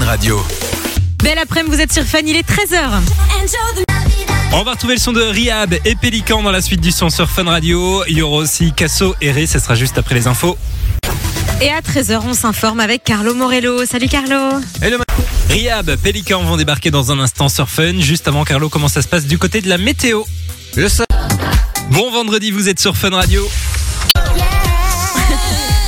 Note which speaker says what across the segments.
Speaker 1: Radio.
Speaker 2: Belle après-midi, vous êtes sur Fan, il est 13h.
Speaker 3: On va retrouver le son de Rihab et Pélican dans la suite du son sur Fun Radio. Il y aura aussi Casso et Ré, ce sera juste après les infos.
Speaker 2: Et à 13h, on s'informe avec Carlo Morello. Salut Carlo
Speaker 3: Et le Rihab, Pélican vont débarquer dans un instant sur Fun. Juste avant, Carlo, comment ça se passe du côté de la météo
Speaker 1: Le sa-
Speaker 3: Bon vendredi, vous êtes sur Fun Radio.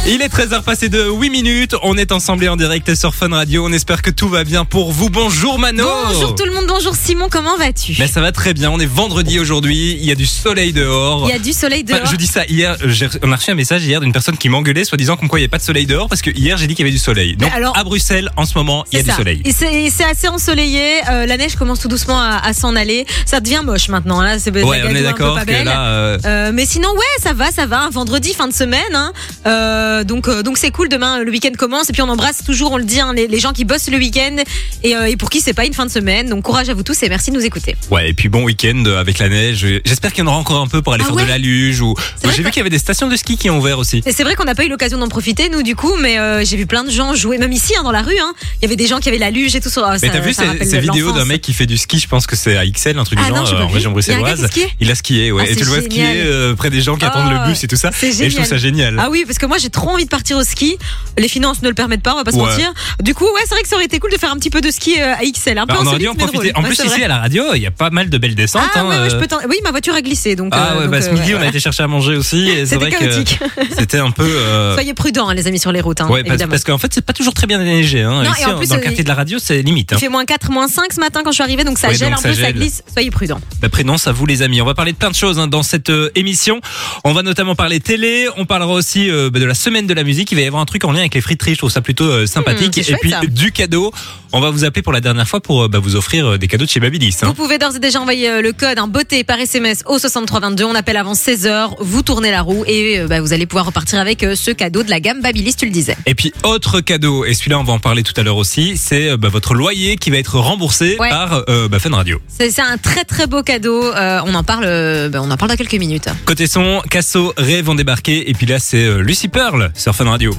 Speaker 3: Il est 13h passé de 8 minutes, on est ensemble et en direct sur Fun Radio, on espère que tout va bien pour vous. Bonjour Manon
Speaker 2: Bonjour tout le monde, bonjour Simon, comment vas-tu
Speaker 3: Mais Bah, ça va très bien, on est vendredi aujourd'hui, il y a du soleil dehors.
Speaker 2: Il y a du soleil
Speaker 3: Enfin,
Speaker 2: dehors.
Speaker 3: Bah, je dis ça hier, euh, j'ai reçu- on a reçu un message hier d'une personne qui m'engueulait, soi disant comme quoi il n'y avait pas de soleil dehors, parce que hier j'ai dit qu'il y avait du soleil. Donc
Speaker 2: Mais alors-
Speaker 3: à Bruxelles, en ce moment, il y a
Speaker 2: C'est ça.
Speaker 3: du soleil.
Speaker 2: Et c'est et c'est assez ensoleillé. euh, la neige commence tout doucement à, à s'en aller. Ça devient moche maintenant. Là, c'est
Speaker 3: Ouais,
Speaker 2: la
Speaker 3: on est
Speaker 2: gadoue un peu
Speaker 3: d'accord
Speaker 2: pas
Speaker 3: que
Speaker 2: belle.
Speaker 3: là, euh,
Speaker 2: Euh, mais sinon, ouais, ça va, ça va. Un vendredi, fin de semaine. hein. Euh, donc, euh, donc c'est cool. Demain, euh, le week-end commence. Et puis, on embrasse toujours, on le dit, hein, les, les gens qui bossent le week-end et, euh, et pour qui c'est pas une fin de semaine. Donc, courage à vous tous et merci de nous écouter.
Speaker 3: ouais, et puis bon week-end euh, avec la neige. J'espère qu'il y en aura encore un peu pour aller
Speaker 2: Ah
Speaker 3: faire
Speaker 2: ouais
Speaker 3: de la luge ou.
Speaker 2: C'est vrai
Speaker 3: J'ai vu qu'il y avait des stations de ski qui ont ouvert aussi.
Speaker 2: Et c'est vrai qu'on n'a pas eu l'occasion d'en profiter, nous, du coup. Mais euh, j'ai vu plein de gens jouer, même ici, hein, dans la rue. hein. Il y avait des gens qui avaient la luge et tout. oh, ça-
Speaker 3: Mais
Speaker 2: ça-
Speaker 3: t'as vu
Speaker 2: ça
Speaker 3: ces,
Speaker 2: rappelle
Speaker 3: ces vidéos
Speaker 2: l'enfance.
Speaker 3: d'un mec qui fait du ski, je pense que c'est à XL, un truc
Speaker 2: Ah
Speaker 3: du
Speaker 2: non,
Speaker 3: genre,
Speaker 2: j'ai
Speaker 3: euh,
Speaker 2: pas
Speaker 3: en
Speaker 2: vu.
Speaker 3: région
Speaker 2: Il y a un gars qui
Speaker 3: bruxelloise.
Speaker 2: skiait
Speaker 3: Il a skié, ouais.
Speaker 2: Ah,
Speaker 3: et tu
Speaker 2: c'est
Speaker 3: le vois
Speaker 2: génial.
Speaker 3: skier euh, près des gens qui attendent le
Speaker 2: ouais.
Speaker 3: bus et tout ça.
Speaker 2: C'est
Speaker 3: Et je trouve
Speaker 2: génial.
Speaker 3: ça génial.
Speaker 2: Ah oui, parce que moi j'ai trop envie de partir au ski. Les finances ne le permettent pas, on va pas se
Speaker 3: Ouais.
Speaker 2: mentir. Du coup, ouais, c'est vrai que ça aurait été cool de faire un petit peu de ski euh, à XL. Un peu
Speaker 3: Bah, on aurait
Speaker 2: insolite,
Speaker 3: dû en
Speaker 2: mais
Speaker 3: profiter.
Speaker 2: drôle.
Speaker 3: En
Speaker 2: Ouais,
Speaker 3: plus,
Speaker 2: c'est vrai.
Speaker 3: ici à la radio, il y a pas mal de belles descentes.
Speaker 2: Ah
Speaker 3: hein,
Speaker 2: ouais, ouais, je
Speaker 3: euh.
Speaker 2: peux t'en- Oui, ma voiture a glissé, donc.
Speaker 3: Ah
Speaker 2: euh,
Speaker 3: ouais,
Speaker 2: donc,
Speaker 3: bah ce
Speaker 2: euh,
Speaker 3: midi,
Speaker 2: ouais.
Speaker 3: on a été chercher à manger aussi. et C'est
Speaker 2: C'était
Speaker 3: vrai
Speaker 2: chaotique.
Speaker 3: que c'était un peu. euh,
Speaker 2: Soyez prudents, hein, les amis, sur les routes. hein,
Speaker 3: ouais, parce,
Speaker 2: évidemment.
Speaker 3: parce qu'en fait, c'est pas toujours très bien neigé. Hein.
Speaker 2: Non,
Speaker 3: Ici,
Speaker 2: et en plus,
Speaker 3: dans le
Speaker 2: euh,
Speaker 3: quartier de la radio, c'est limite. hein.
Speaker 2: Il fait moins 4, moins 5 ce matin quand je suis arrivée, donc ça
Speaker 3: Ouais,
Speaker 2: gèle
Speaker 3: donc
Speaker 2: un
Speaker 3: ça
Speaker 2: peu, ça
Speaker 3: gèle.
Speaker 2: glisse. Soyez prudents.
Speaker 3: Bah, prénonce à vous, les amis. On va parler de plein de choses hein, dans cette euh, émission. On va notamment parler télé. On parlera aussi euh, bah, de la semaine de la musique. Il va y avoir un truc en lien avec les friteries. Je trouve ça plutôt euh, sympathique.
Speaker 2: Hmm, c'est
Speaker 3: Et
Speaker 2: chouette,
Speaker 3: puis
Speaker 2: ça.
Speaker 3: du cadeau. On va vous appeler pour la dernière fois pour euh, bah, vous offrir euh, des cadeaux de chez Babyliss. hein.
Speaker 2: Vous pouvez d'ores et déjà envoyer euh, le code un beauté par SMS au 6322. On appelle avant 16h, vous tournez la roue et euh, bah, vous allez pouvoir repartir avec euh, ce cadeau de la gamme Babyliss, tu le disais.
Speaker 3: Et puis autre cadeau, et celui-là on va en parler tout à l'heure aussi, c'est euh, bah, votre loyer qui va être remboursé
Speaker 2: Ouais.
Speaker 3: par euh, bah, Fun Radio.
Speaker 2: C'est c'est un très très beau cadeau. Euh, on en parle, euh, bah, on en parle dans quelques minutes.
Speaker 3: Côté son, Casso, Ray vont débarquer, et puis là c'est euh, Lucy Pearl sur Fun Radio.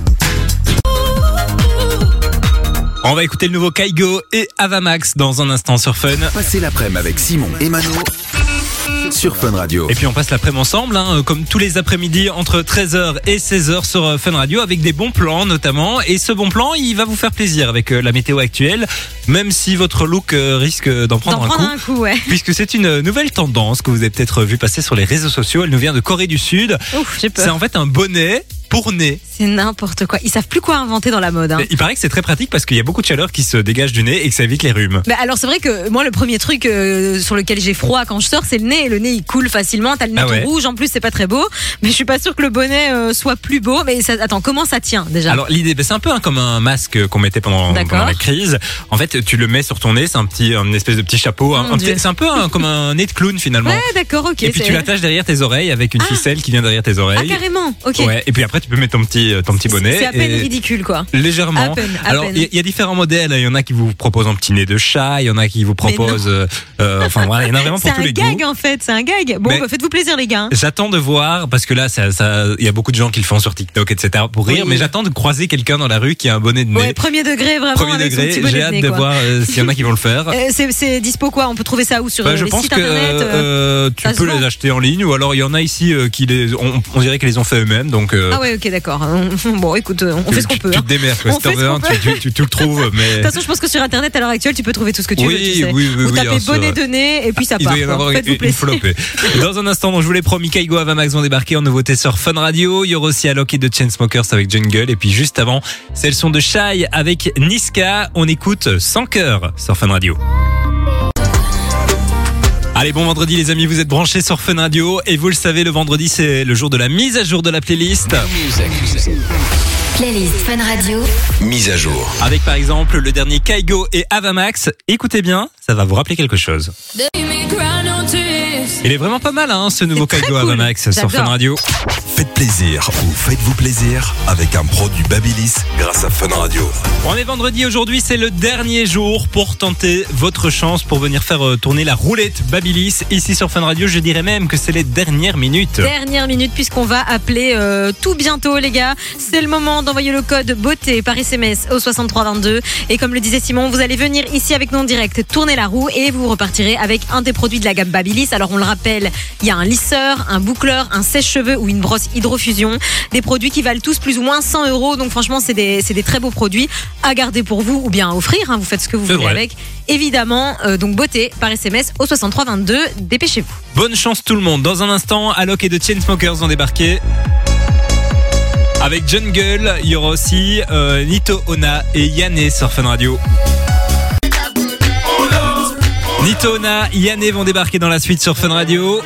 Speaker 3: On va écouter le nouveau Kaigo et Avamax dans un instant sur Fun.
Speaker 1: Passez l'après-midi avec Simon et Mano sur Fun Radio.
Speaker 3: Et puis on passe l'après-midi ensemble, hein, euh, comme tous les après-midi entre 13h et 16h sur euh, Fun Radio avec des bons plans notamment. Et ce bon plan, il va vous faire plaisir avec euh, la météo actuelle, même si votre look euh, risque d'en
Speaker 2: D'en
Speaker 3: prendre,
Speaker 2: prendre
Speaker 3: un coup.
Speaker 2: un coup, ouais.
Speaker 3: Puisque c'est une euh, nouvelle tendance que vous avez peut-être vu passer sur les réseaux sociaux, elle nous vient de Corée du Sud.
Speaker 2: Ouf, j'ai
Speaker 3: C'est
Speaker 2: peur.
Speaker 3: en fait un bonnet pour nez.
Speaker 2: C'est n'importe quoi. Ils savent plus quoi inventer dans la mode. hein.
Speaker 3: Mais Il paraît que c'est très pratique parce qu'il y a beaucoup de chaleur qui se dégage du nez et que ça évite les rhumes.
Speaker 2: Bah alors c'est vrai que moi le premier truc euh, sur lequel j'ai froid quand je sors c'est le nez. Le nez il coule facilement. T'as le nez
Speaker 3: Ah
Speaker 2: tout
Speaker 3: ouais.
Speaker 2: rouge en plus c'est pas très beau. Mais je suis pas sûre que le bonnet euh, soit plus beau. Mais ça, attends comment ça tient déjà
Speaker 3: Alors l'idée, ben, c'est un peu hein, comme un masque qu'on mettait pendant,
Speaker 2: D'accord.
Speaker 3: pendant la crise. En fait, tu le mets sur ton nez, c'est un petit, un espèce de petit chapeau. hein.
Speaker 2: Mon
Speaker 3: Un
Speaker 2: Dieu.
Speaker 3: petit- C'est un peu hein, comme un nez de clown finalement.
Speaker 2: Ouais d'accord ok.
Speaker 3: et puis
Speaker 2: c'est-
Speaker 3: tu l'attaches derrière tes oreilles avec une ficelle qui vient derrière tes
Speaker 2: ah
Speaker 3: oreilles.
Speaker 2: carrément ok.
Speaker 3: Ouais, et puis après tu peux mettre ton petit, euh, ton petit
Speaker 2: C'est-
Speaker 3: bonnet.
Speaker 2: C'est à peine
Speaker 3: et-
Speaker 2: ridicule quoi.
Speaker 3: Légèrement.
Speaker 2: À peine, à
Speaker 3: Alors,
Speaker 2: peine.
Speaker 3: il y, il y a différents modèles. hein. Il y en a qui vous proposent un petit nez de chat, il y en a qui vous proposent. euh, euh, enfin, voilà, il y en a vraiment
Speaker 2: C'est
Speaker 3: pour tous
Speaker 2: un
Speaker 3: les
Speaker 2: gag
Speaker 3: goûts.
Speaker 2: en fait c'est un gag. Bon
Speaker 3: Mais-
Speaker 2: bah, faites-vous plaisir les gars. hein.
Speaker 3: J'attends de voir, parce que là, ça, ça- il y a beaucoup de gens qui le font sur TikTok, etc., pour rire,
Speaker 2: Oui.
Speaker 3: mais j'attends de croiser quelqu'un dans la rue qui a un bonnet de nez.
Speaker 2: Ouais premier degré vraiment.
Speaker 3: Premier
Speaker 2: avec son
Speaker 3: degré,
Speaker 2: petit bonnet
Speaker 3: j'ai
Speaker 2: de
Speaker 3: hâte
Speaker 2: nez,
Speaker 3: de
Speaker 2: quoi.
Speaker 3: voir euh, s'il y en a qui vont le faire.
Speaker 2: Euh, c'est- c'est dispo quoi On peut trouver ça où sur
Speaker 3: Bah,
Speaker 2: euh,
Speaker 3: je
Speaker 2: les
Speaker 3: pense
Speaker 2: sites
Speaker 3: que
Speaker 2: internet euh
Speaker 3: euh, tu
Speaker 2: ça se
Speaker 3: peux les
Speaker 2: vend.
Speaker 3: acheter en ligne, ou alors il y en a ici euh, qui les, on, on dirait qu'ils les ont fait eux-mêmes, donc euh,
Speaker 2: Ah ouais ok d'accord. Bon écoute euh, on
Speaker 3: tu,
Speaker 2: fait ce qu'on
Speaker 3: tu-
Speaker 2: peut.
Speaker 3: tu
Speaker 2: hein.
Speaker 3: te démerdes. quoi.
Speaker 2: On
Speaker 3: Si t'en
Speaker 2: fait ce
Speaker 3: veux
Speaker 2: qu'on
Speaker 3: un,
Speaker 2: peut.
Speaker 3: tu, tu- tu- tu le trouves, mais.
Speaker 2: De toute façon, je pense que sur Internet, à l'heure actuelle, tu peux trouver tout ce que tu
Speaker 3: Oui,
Speaker 2: veux. Tu sais.
Speaker 3: oui, oui,
Speaker 2: Vous
Speaker 3: oui,
Speaker 2: tapez
Speaker 3: hein, c'est
Speaker 2: bonnet
Speaker 3: vrai.
Speaker 2: de nez et puis ça
Speaker 3: Il
Speaker 2: part.
Speaker 3: doit y en
Speaker 2: quoi.
Speaker 3: avoir une,
Speaker 2: Faites-vous
Speaker 3: une
Speaker 2: plaisir.
Speaker 3: flopée. Dans un instant, donc, je vous l'ai promis, Kaigo Avamax vont débarquer en nouveauté sur Fun Radio. Il y aura aussi Alok et de Chainsmokers avec Jungle. Et puis juste avant, c'est le son de Shy avec Niska. On écoute Sans cœur sur Fun Radio. Allez, bon vendredi les amis, vous êtes branchés sur Fun Radio et vous le savez, le vendredi c'est le jour de la mise à jour de la playlist.
Speaker 4: Playlist Fun Radio.
Speaker 1: Mise à jour.
Speaker 3: Avec par exemple le dernier Kaigo et Avamax. Écoutez bien, ça va vous rappeler quelque chose.
Speaker 5: They make cry no tears.
Speaker 3: Il est vraiment pas mal, hein, ce nouveau
Speaker 2: très
Speaker 3: Kaigo
Speaker 2: cool.
Speaker 3: Avamax sur Fun
Speaker 2: J'adore.
Speaker 3: Radio.
Speaker 1: Faites plaisir ou faites-vous plaisir avec un produit Babilis grâce à Fun Radio.
Speaker 3: On est vendredi aujourd'hui, c'est le dernier jour pour tenter votre chance pour venir faire euh, tourner la roulette Babilis ici sur Fun Radio. Je dirais même que c'est les dernières minutes.
Speaker 2: Dernière minute puisqu'on va appeler euh, tout bientôt les gars. C'est le moment d'envoyer le code beauté par SMS au 6322. Et comme le disait Simon, vous allez venir ici avec nous en direct, tourner la roue et vous repartirez avec un des produits de la gamme Babilis. Alors on le rappelle, il y a un lisseur, un boucleur, un sèche-cheveux ou une brosse hydrofusion. Des produits qui valent tous plus ou moins 100 euros. Donc franchement, c'est des, c'est des très beaux produits à garder pour vous ou bien à offrir. hein. Vous faites ce que vous
Speaker 3: C'est
Speaker 2: voulez
Speaker 3: vrai.
Speaker 2: avec. Évidemment, euh, donc beauté par SMS au 6322. Dépêchez-vous.
Speaker 3: Bonne chance tout le monde. Dans un instant, Alok et The Chainsmokers vont débarquer. Avec Jungle, il y aura aussi euh, Nito Ona et Yanné sur Fun Radio. Nito Ona, Yanné vont débarquer dans la suite sur Fun Radio.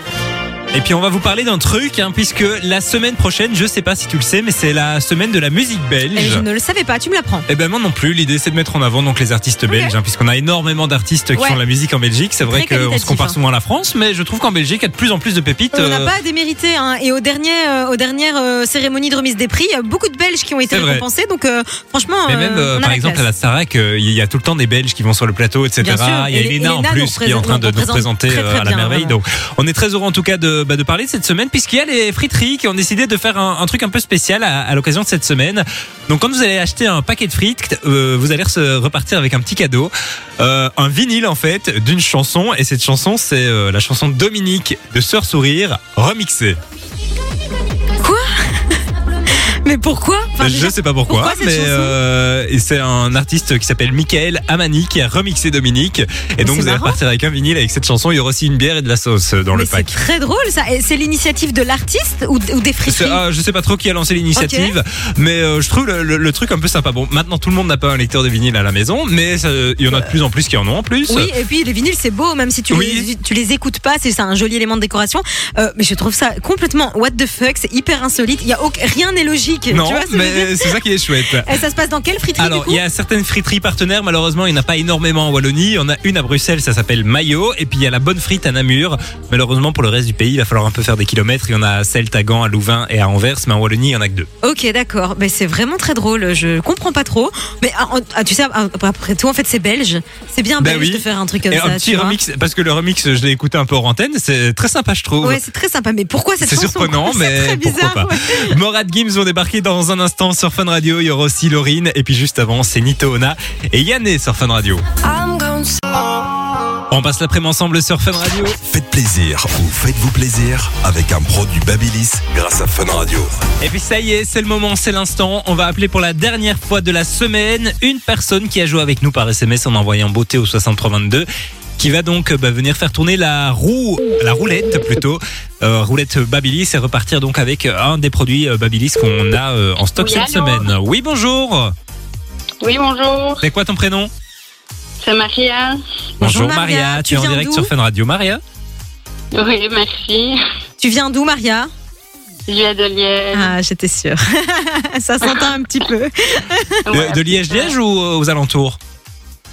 Speaker 3: Et puis on va vous parler d'un truc, hein, puisque la semaine prochaine, je sais pas si tu le sais, mais c'est la semaine de la musique
Speaker 2: Eh, Je
Speaker 3: belge.
Speaker 2: ne le savais pas, tu me l'apprends.
Speaker 3: Eh ben moi non plus, l'idée c'est de mettre en avant donc les artistes belges, hein, puisqu'on a énormément d'artistes qui
Speaker 2: Ouais.
Speaker 3: font de la musique en Belgique. C'est vrai
Speaker 2: Très
Speaker 3: qu'on se
Speaker 2: qualitatif,
Speaker 3: compare
Speaker 2: hein.
Speaker 3: souvent à la France, mais je trouve qu'en Belgique, il y a de plus en plus de pépites.
Speaker 2: On n'a
Speaker 3: euh,
Speaker 2: pas à démériter. hein. Et au dernier, euh, aux dernières euh, cérémonies de remise des prix, il y a beaucoup de Belges qui ont été
Speaker 3: C'est vrai.
Speaker 2: récompensés. Donc, euh, franchement,
Speaker 3: Mais
Speaker 2: euh,
Speaker 3: même,
Speaker 2: on
Speaker 3: euh,
Speaker 2: a
Speaker 3: par
Speaker 2: la
Speaker 3: exemple, à
Speaker 2: classe.
Speaker 3: la Starac, euh, il y a tout le temps des Belges qui vont sur le plateau, etc.
Speaker 2: Bien sûr.
Speaker 3: Il y a
Speaker 2: Et
Speaker 3: Elena en
Speaker 2: Elena nous
Speaker 3: plus qui est en
Speaker 2: représente-
Speaker 3: train de
Speaker 2: nous
Speaker 3: nous présenter
Speaker 2: représente très, très
Speaker 3: à la
Speaker 2: bien,
Speaker 3: merveille.
Speaker 2: ouais,
Speaker 3: Donc, on est très heureux en tout cas de, bah, de parler de cette semaine, puisqu'il y a les friteries qui ont décidé de faire un, un truc un peu spécial à, à l'occasion de cette semaine. Donc, quand vous allez acheter un paquet de frites, euh, vous allez se repartir avec un petit cadeau, Euh, un vinyle en fait d'une chanson, et cette chanson c'est euh, la chanson Dominique de Sœur Sourire remixée.
Speaker 2: Mais pourquoi Enfin,
Speaker 3: je
Speaker 2: déjà,
Speaker 3: sais pas pourquoi,
Speaker 2: pourquoi cette
Speaker 3: mais
Speaker 2: chanson
Speaker 3: euh, et c'est un artiste qui s'appelle Michael Amani qui a remixé Dominique. Et donc
Speaker 2: c'est
Speaker 3: vous allez
Speaker 2: marrant.
Speaker 3: repartir avec un vinyle avec cette chanson. Il y aura aussi une bière et de la sauce euh, dans
Speaker 2: mais
Speaker 3: le
Speaker 2: c'est
Speaker 3: pack.
Speaker 2: très drôle ça. Et C'est l'initiative de l'artiste ou, d- ou des
Speaker 3: Je sais,
Speaker 2: friteries
Speaker 3: ah, je sais pas trop qui a lancé l'initiative, mais euh, je trouve le, le- le truc un peu sympa. Bon, maintenant tout le monde n'a pas un lecteur de vinyle à la maison, mais ça, il y en a de plus en plus qui en ont en plus.
Speaker 2: Euh, Oui, et puis les vinyles, c'est beau, même si tu,
Speaker 3: Oui.
Speaker 2: les, tu les écoutes pas, c'est c'est un joli élément de décoration. Euh, mais je trouve ça complètement what the fuck, c'est hyper insolite. Il Y a aucun- rien n'est logique. tu
Speaker 3: non,
Speaker 2: vois ce que je veux dire
Speaker 3: mais c'est ça qui est chouette.
Speaker 2: Et ça se passe dans quelle friterie
Speaker 3: Alors,
Speaker 2: Ah, du coup
Speaker 3: il y a certaines friteries partenaires, malheureusement, il n'y en a pas énormément en Wallonie. Il y en a une à Bruxelles, ça s'appelle Mayo. Et puis, il y a la bonne frite à Namur. Malheureusement, pour le reste du pays, il va falloir un peu faire des kilomètres. Il y en a à Celt, à Gand, à Louvain et à Anvers. Mais en Wallonie, il n'y en a que deux.
Speaker 2: Ok, d'accord. Mais c'est vraiment très drôle. Je comprends pas trop. Mais ah, en- ah, tu sais, ah, après tout, en fait, c'est belge. C'est bien
Speaker 3: Bah
Speaker 2: belge
Speaker 3: oui.
Speaker 2: de faire un truc comme
Speaker 3: et
Speaker 2: ça.
Speaker 3: un petit
Speaker 2: tu vois.
Speaker 3: remix, parce que le remix, je l'ai écouté un peu en antenne. C'est très sympa, je trouve.
Speaker 2: Ouais, c'est très sympa. Mais pourquoi cette
Speaker 3: C'est
Speaker 2: chanson
Speaker 3: surprenant,
Speaker 2: C'est
Speaker 3: mais
Speaker 2: très
Speaker 3: pourquoi
Speaker 2: bizarre.
Speaker 3: pas.
Speaker 2: ouais.
Speaker 3: Morad Gims vont débarquer dans un instant sur Fun Radio. Il y aura aussi Laurine. Et puis, juste avant, c'est Nito Ona et Yanné sur Fun Radio. On passe l'après-midi ensemble sur Fun Radio.
Speaker 1: Faites plaisir ou faites-vous plaisir avec un produit Babilis grâce à Fun Radio.
Speaker 3: Et puis ça y est, c'est le moment, c'est l'instant. On va appeler pour la dernière fois de la semaine une personne qui a joué avec nous par SMS en envoyant beauté au 6322 qui va donc euh, bah, venir faire tourner la roue, la roulette plutôt, euh, roulette Babilis et repartir donc avec euh, un des produits euh, Babilis qu'on a euh, en stock
Speaker 4: Oui,
Speaker 3: cette
Speaker 4: allô
Speaker 3: semaine. Oui, bonjour.
Speaker 4: Oui, bonjour,
Speaker 3: C'est quoi ton prénom
Speaker 4: c'est Maria.
Speaker 2: Bonjour,
Speaker 3: Maria.
Speaker 2: Maria.
Speaker 3: Tu es en
Speaker 2: Tu viens
Speaker 3: direct
Speaker 2: d'où
Speaker 3: sur Fun Radio, Maria.
Speaker 4: Oui, merci.
Speaker 2: Tu viens d'où, Maria
Speaker 4: Je viens de Liège.
Speaker 2: Ah, j'étais sûre. ça s'entend un petit peu.
Speaker 4: Ouais.
Speaker 3: De, de Liège-Liège ou euh, aux alentours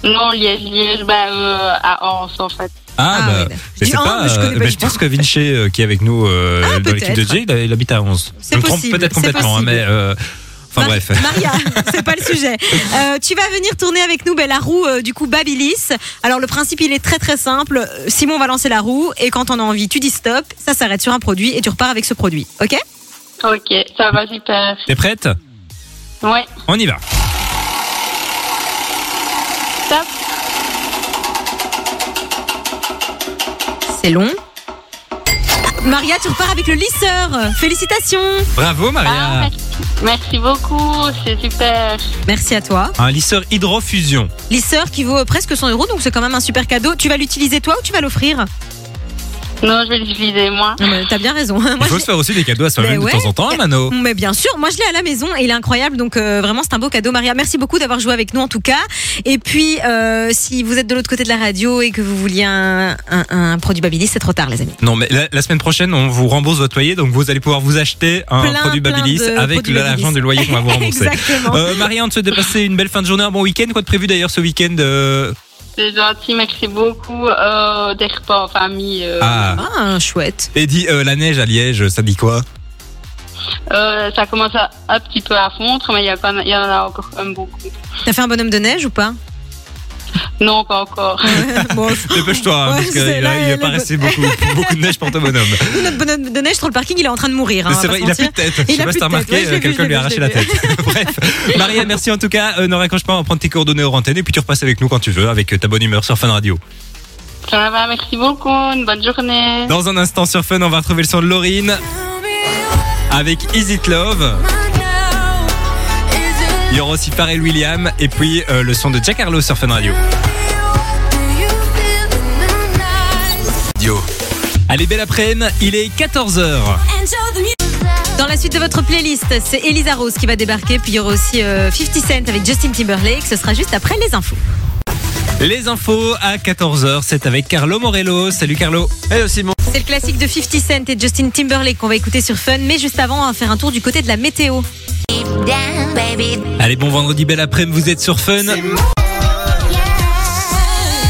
Speaker 4: Non, Liège, Liège, bah, euh, à Anse, en fait.
Speaker 3: Ah, bah,
Speaker 2: ouais,
Speaker 3: mais
Speaker 2: Du-
Speaker 3: c'est
Speaker 2: ah,
Speaker 3: pas,
Speaker 2: mais je connais
Speaker 3: euh,
Speaker 2: pas
Speaker 3: mais
Speaker 2: du
Speaker 3: je pense
Speaker 2: tout.
Speaker 3: que Vinci euh, qui est avec nous euh,
Speaker 2: Ah,
Speaker 3: dans l'équipe de
Speaker 2: peut-être.
Speaker 3: Jay, il, il habite à 11. Je
Speaker 2: C'est
Speaker 3: me trompe
Speaker 2: possible,
Speaker 3: peut-être
Speaker 2: c'est
Speaker 3: complètement, hein,
Speaker 2: possible.
Speaker 3: mais euh, enfin
Speaker 2: Mar-
Speaker 3: bref.
Speaker 2: Maria, c'est pas le sujet. Euh, tu vas venir tourner avec nous ben, la roue euh, du coup Babilis. Alors le principe il est très très simple. Euh, Simon va lancer la roue et quand on a envie, tu dis stop, ça s'arrête sur un produit et tu repars avec ce produit. Ok
Speaker 4: Ok, ça va super.
Speaker 3: T'es prête
Speaker 4: Ouais,
Speaker 3: On y va.
Speaker 4: top.
Speaker 2: C'est long. Maria, tu repars avec le lisseur. Félicitations.
Speaker 3: Bravo
Speaker 4: Ah,
Speaker 3: Maria.
Speaker 4: merci. merci beaucoup, c'est super.
Speaker 2: Merci à toi.
Speaker 3: Un lisseur hydrofusion.
Speaker 2: Lisseur qui vaut presque 100 euros, donc c'est quand même un super cadeau. Tu vas l'utiliser toi ou tu vas l'offrir
Speaker 4: Non, je vais l'utiliser, moi.
Speaker 2: Non, mais T'as bien raison.
Speaker 3: Il
Speaker 2: Moi,
Speaker 3: faut
Speaker 2: je-
Speaker 3: se faire aussi des cadeaux à soi-même
Speaker 2: Mais ouais.
Speaker 3: de temps en temps, hein, Mano.
Speaker 2: Mais bien sûr, moi je l'ai à la maison et il est incroyable, donc euh, vraiment c'est un beau cadeau. Maria, merci beaucoup d'avoir joué avec nous en tout cas. Et puis, euh, si vous êtes de l'autre côté de la radio et que vous vouliez un, un- un produit Babilis, c'est trop tard les amis.
Speaker 3: Non, mais la, la semaine prochaine, on vous rembourse votre loyer, donc vous allez pouvoir vous acheter un
Speaker 2: Plein,
Speaker 3: produit
Speaker 2: plein
Speaker 3: Babilis
Speaker 2: de
Speaker 3: avec
Speaker 2: produits
Speaker 3: l'argent
Speaker 2: Babilis.
Speaker 3: du loyer qu'on va vous rembourser.
Speaker 2: Exactement.
Speaker 3: Euh, Maria, on te souhaite de passer une belle fin de journée, un bon week-end. Quoi de prévu d'ailleurs ce week-end euh,
Speaker 4: C'est gentil, merci beaucoup. Euh, des repas en famille. euh,
Speaker 3: Ah.
Speaker 2: Ah, chouette.
Speaker 3: Et dis, euh, la neige à Liège, ça dit quoi
Speaker 4: euh, ça commence à, un petit peu à fondre, mais il y, a quand même- il y en a encore quand même beaucoup.
Speaker 2: T'as fait un bonhomme de neige ou pas
Speaker 4: Non, pas encore.
Speaker 2: Bon,
Speaker 3: Dépêche-toi, hein,
Speaker 2: Ouais,
Speaker 3: parce qu'il
Speaker 2: c'est là,
Speaker 3: va
Speaker 2: elle
Speaker 3: pas
Speaker 2: est
Speaker 3: rester beaucoup, beaucoup de neige pour ton bonhomme.
Speaker 2: notre bonhomme de neige sur le parking, il est en train de mourir. hein, on
Speaker 3: c'est
Speaker 2: va
Speaker 3: vrai,
Speaker 2: pas
Speaker 3: il a
Speaker 2: se
Speaker 3: plus
Speaker 2: mentir.
Speaker 3: de tête. Je
Speaker 2: Il
Speaker 3: sais
Speaker 2: a
Speaker 3: pas
Speaker 2: plus
Speaker 3: si t'as
Speaker 2: de tête.
Speaker 3: remarqué,
Speaker 2: Ouais, je l'ai vu,
Speaker 3: quelqu'un
Speaker 2: je
Speaker 3: lui a
Speaker 2: l'ai
Speaker 3: arraché
Speaker 2: vu,
Speaker 3: la
Speaker 2: je l'ai
Speaker 3: tête. Bref, Maria, merci en tout cas. Euh, ne raccroche pas, on va prendre tes coordonnées aux antennes et puis tu repasses avec nous quand tu veux, avec euh, ta bonne humeur sur Fun Radio. Mm.
Speaker 4: Ça va, merci beaucoup. Une bonne journée.
Speaker 3: Dans un instant sur Fun, on va retrouver le son de Laurine avec Is It Love. Il y aura aussi Pharrell William et puis euh, le son de Jack Harlow sur Fun Radio.
Speaker 1: Radio.
Speaker 3: Allez, belle après-midi, il est 14h.
Speaker 2: Dans la suite de votre playlist, c'est Elisa Rose qui va débarquer. Puis il y aura aussi euh, 50 Cent avec Justin Timberlake. Ce sera juste après les infos.
Speaker 3: Les infos à 14h, c'est avec Carlo Morello. Salut Carlo.
Speaker 5: Hello Simon.
Speaker 2: C'est le classique de 50 Cent et Justin Timberlake qu'on va écouter sur Fun. Mais juste avant, on va faire un tour du côté de la météo.
Speaker 3: Allez, bon vendredi, belle après-midi, vous êtes sur Fun.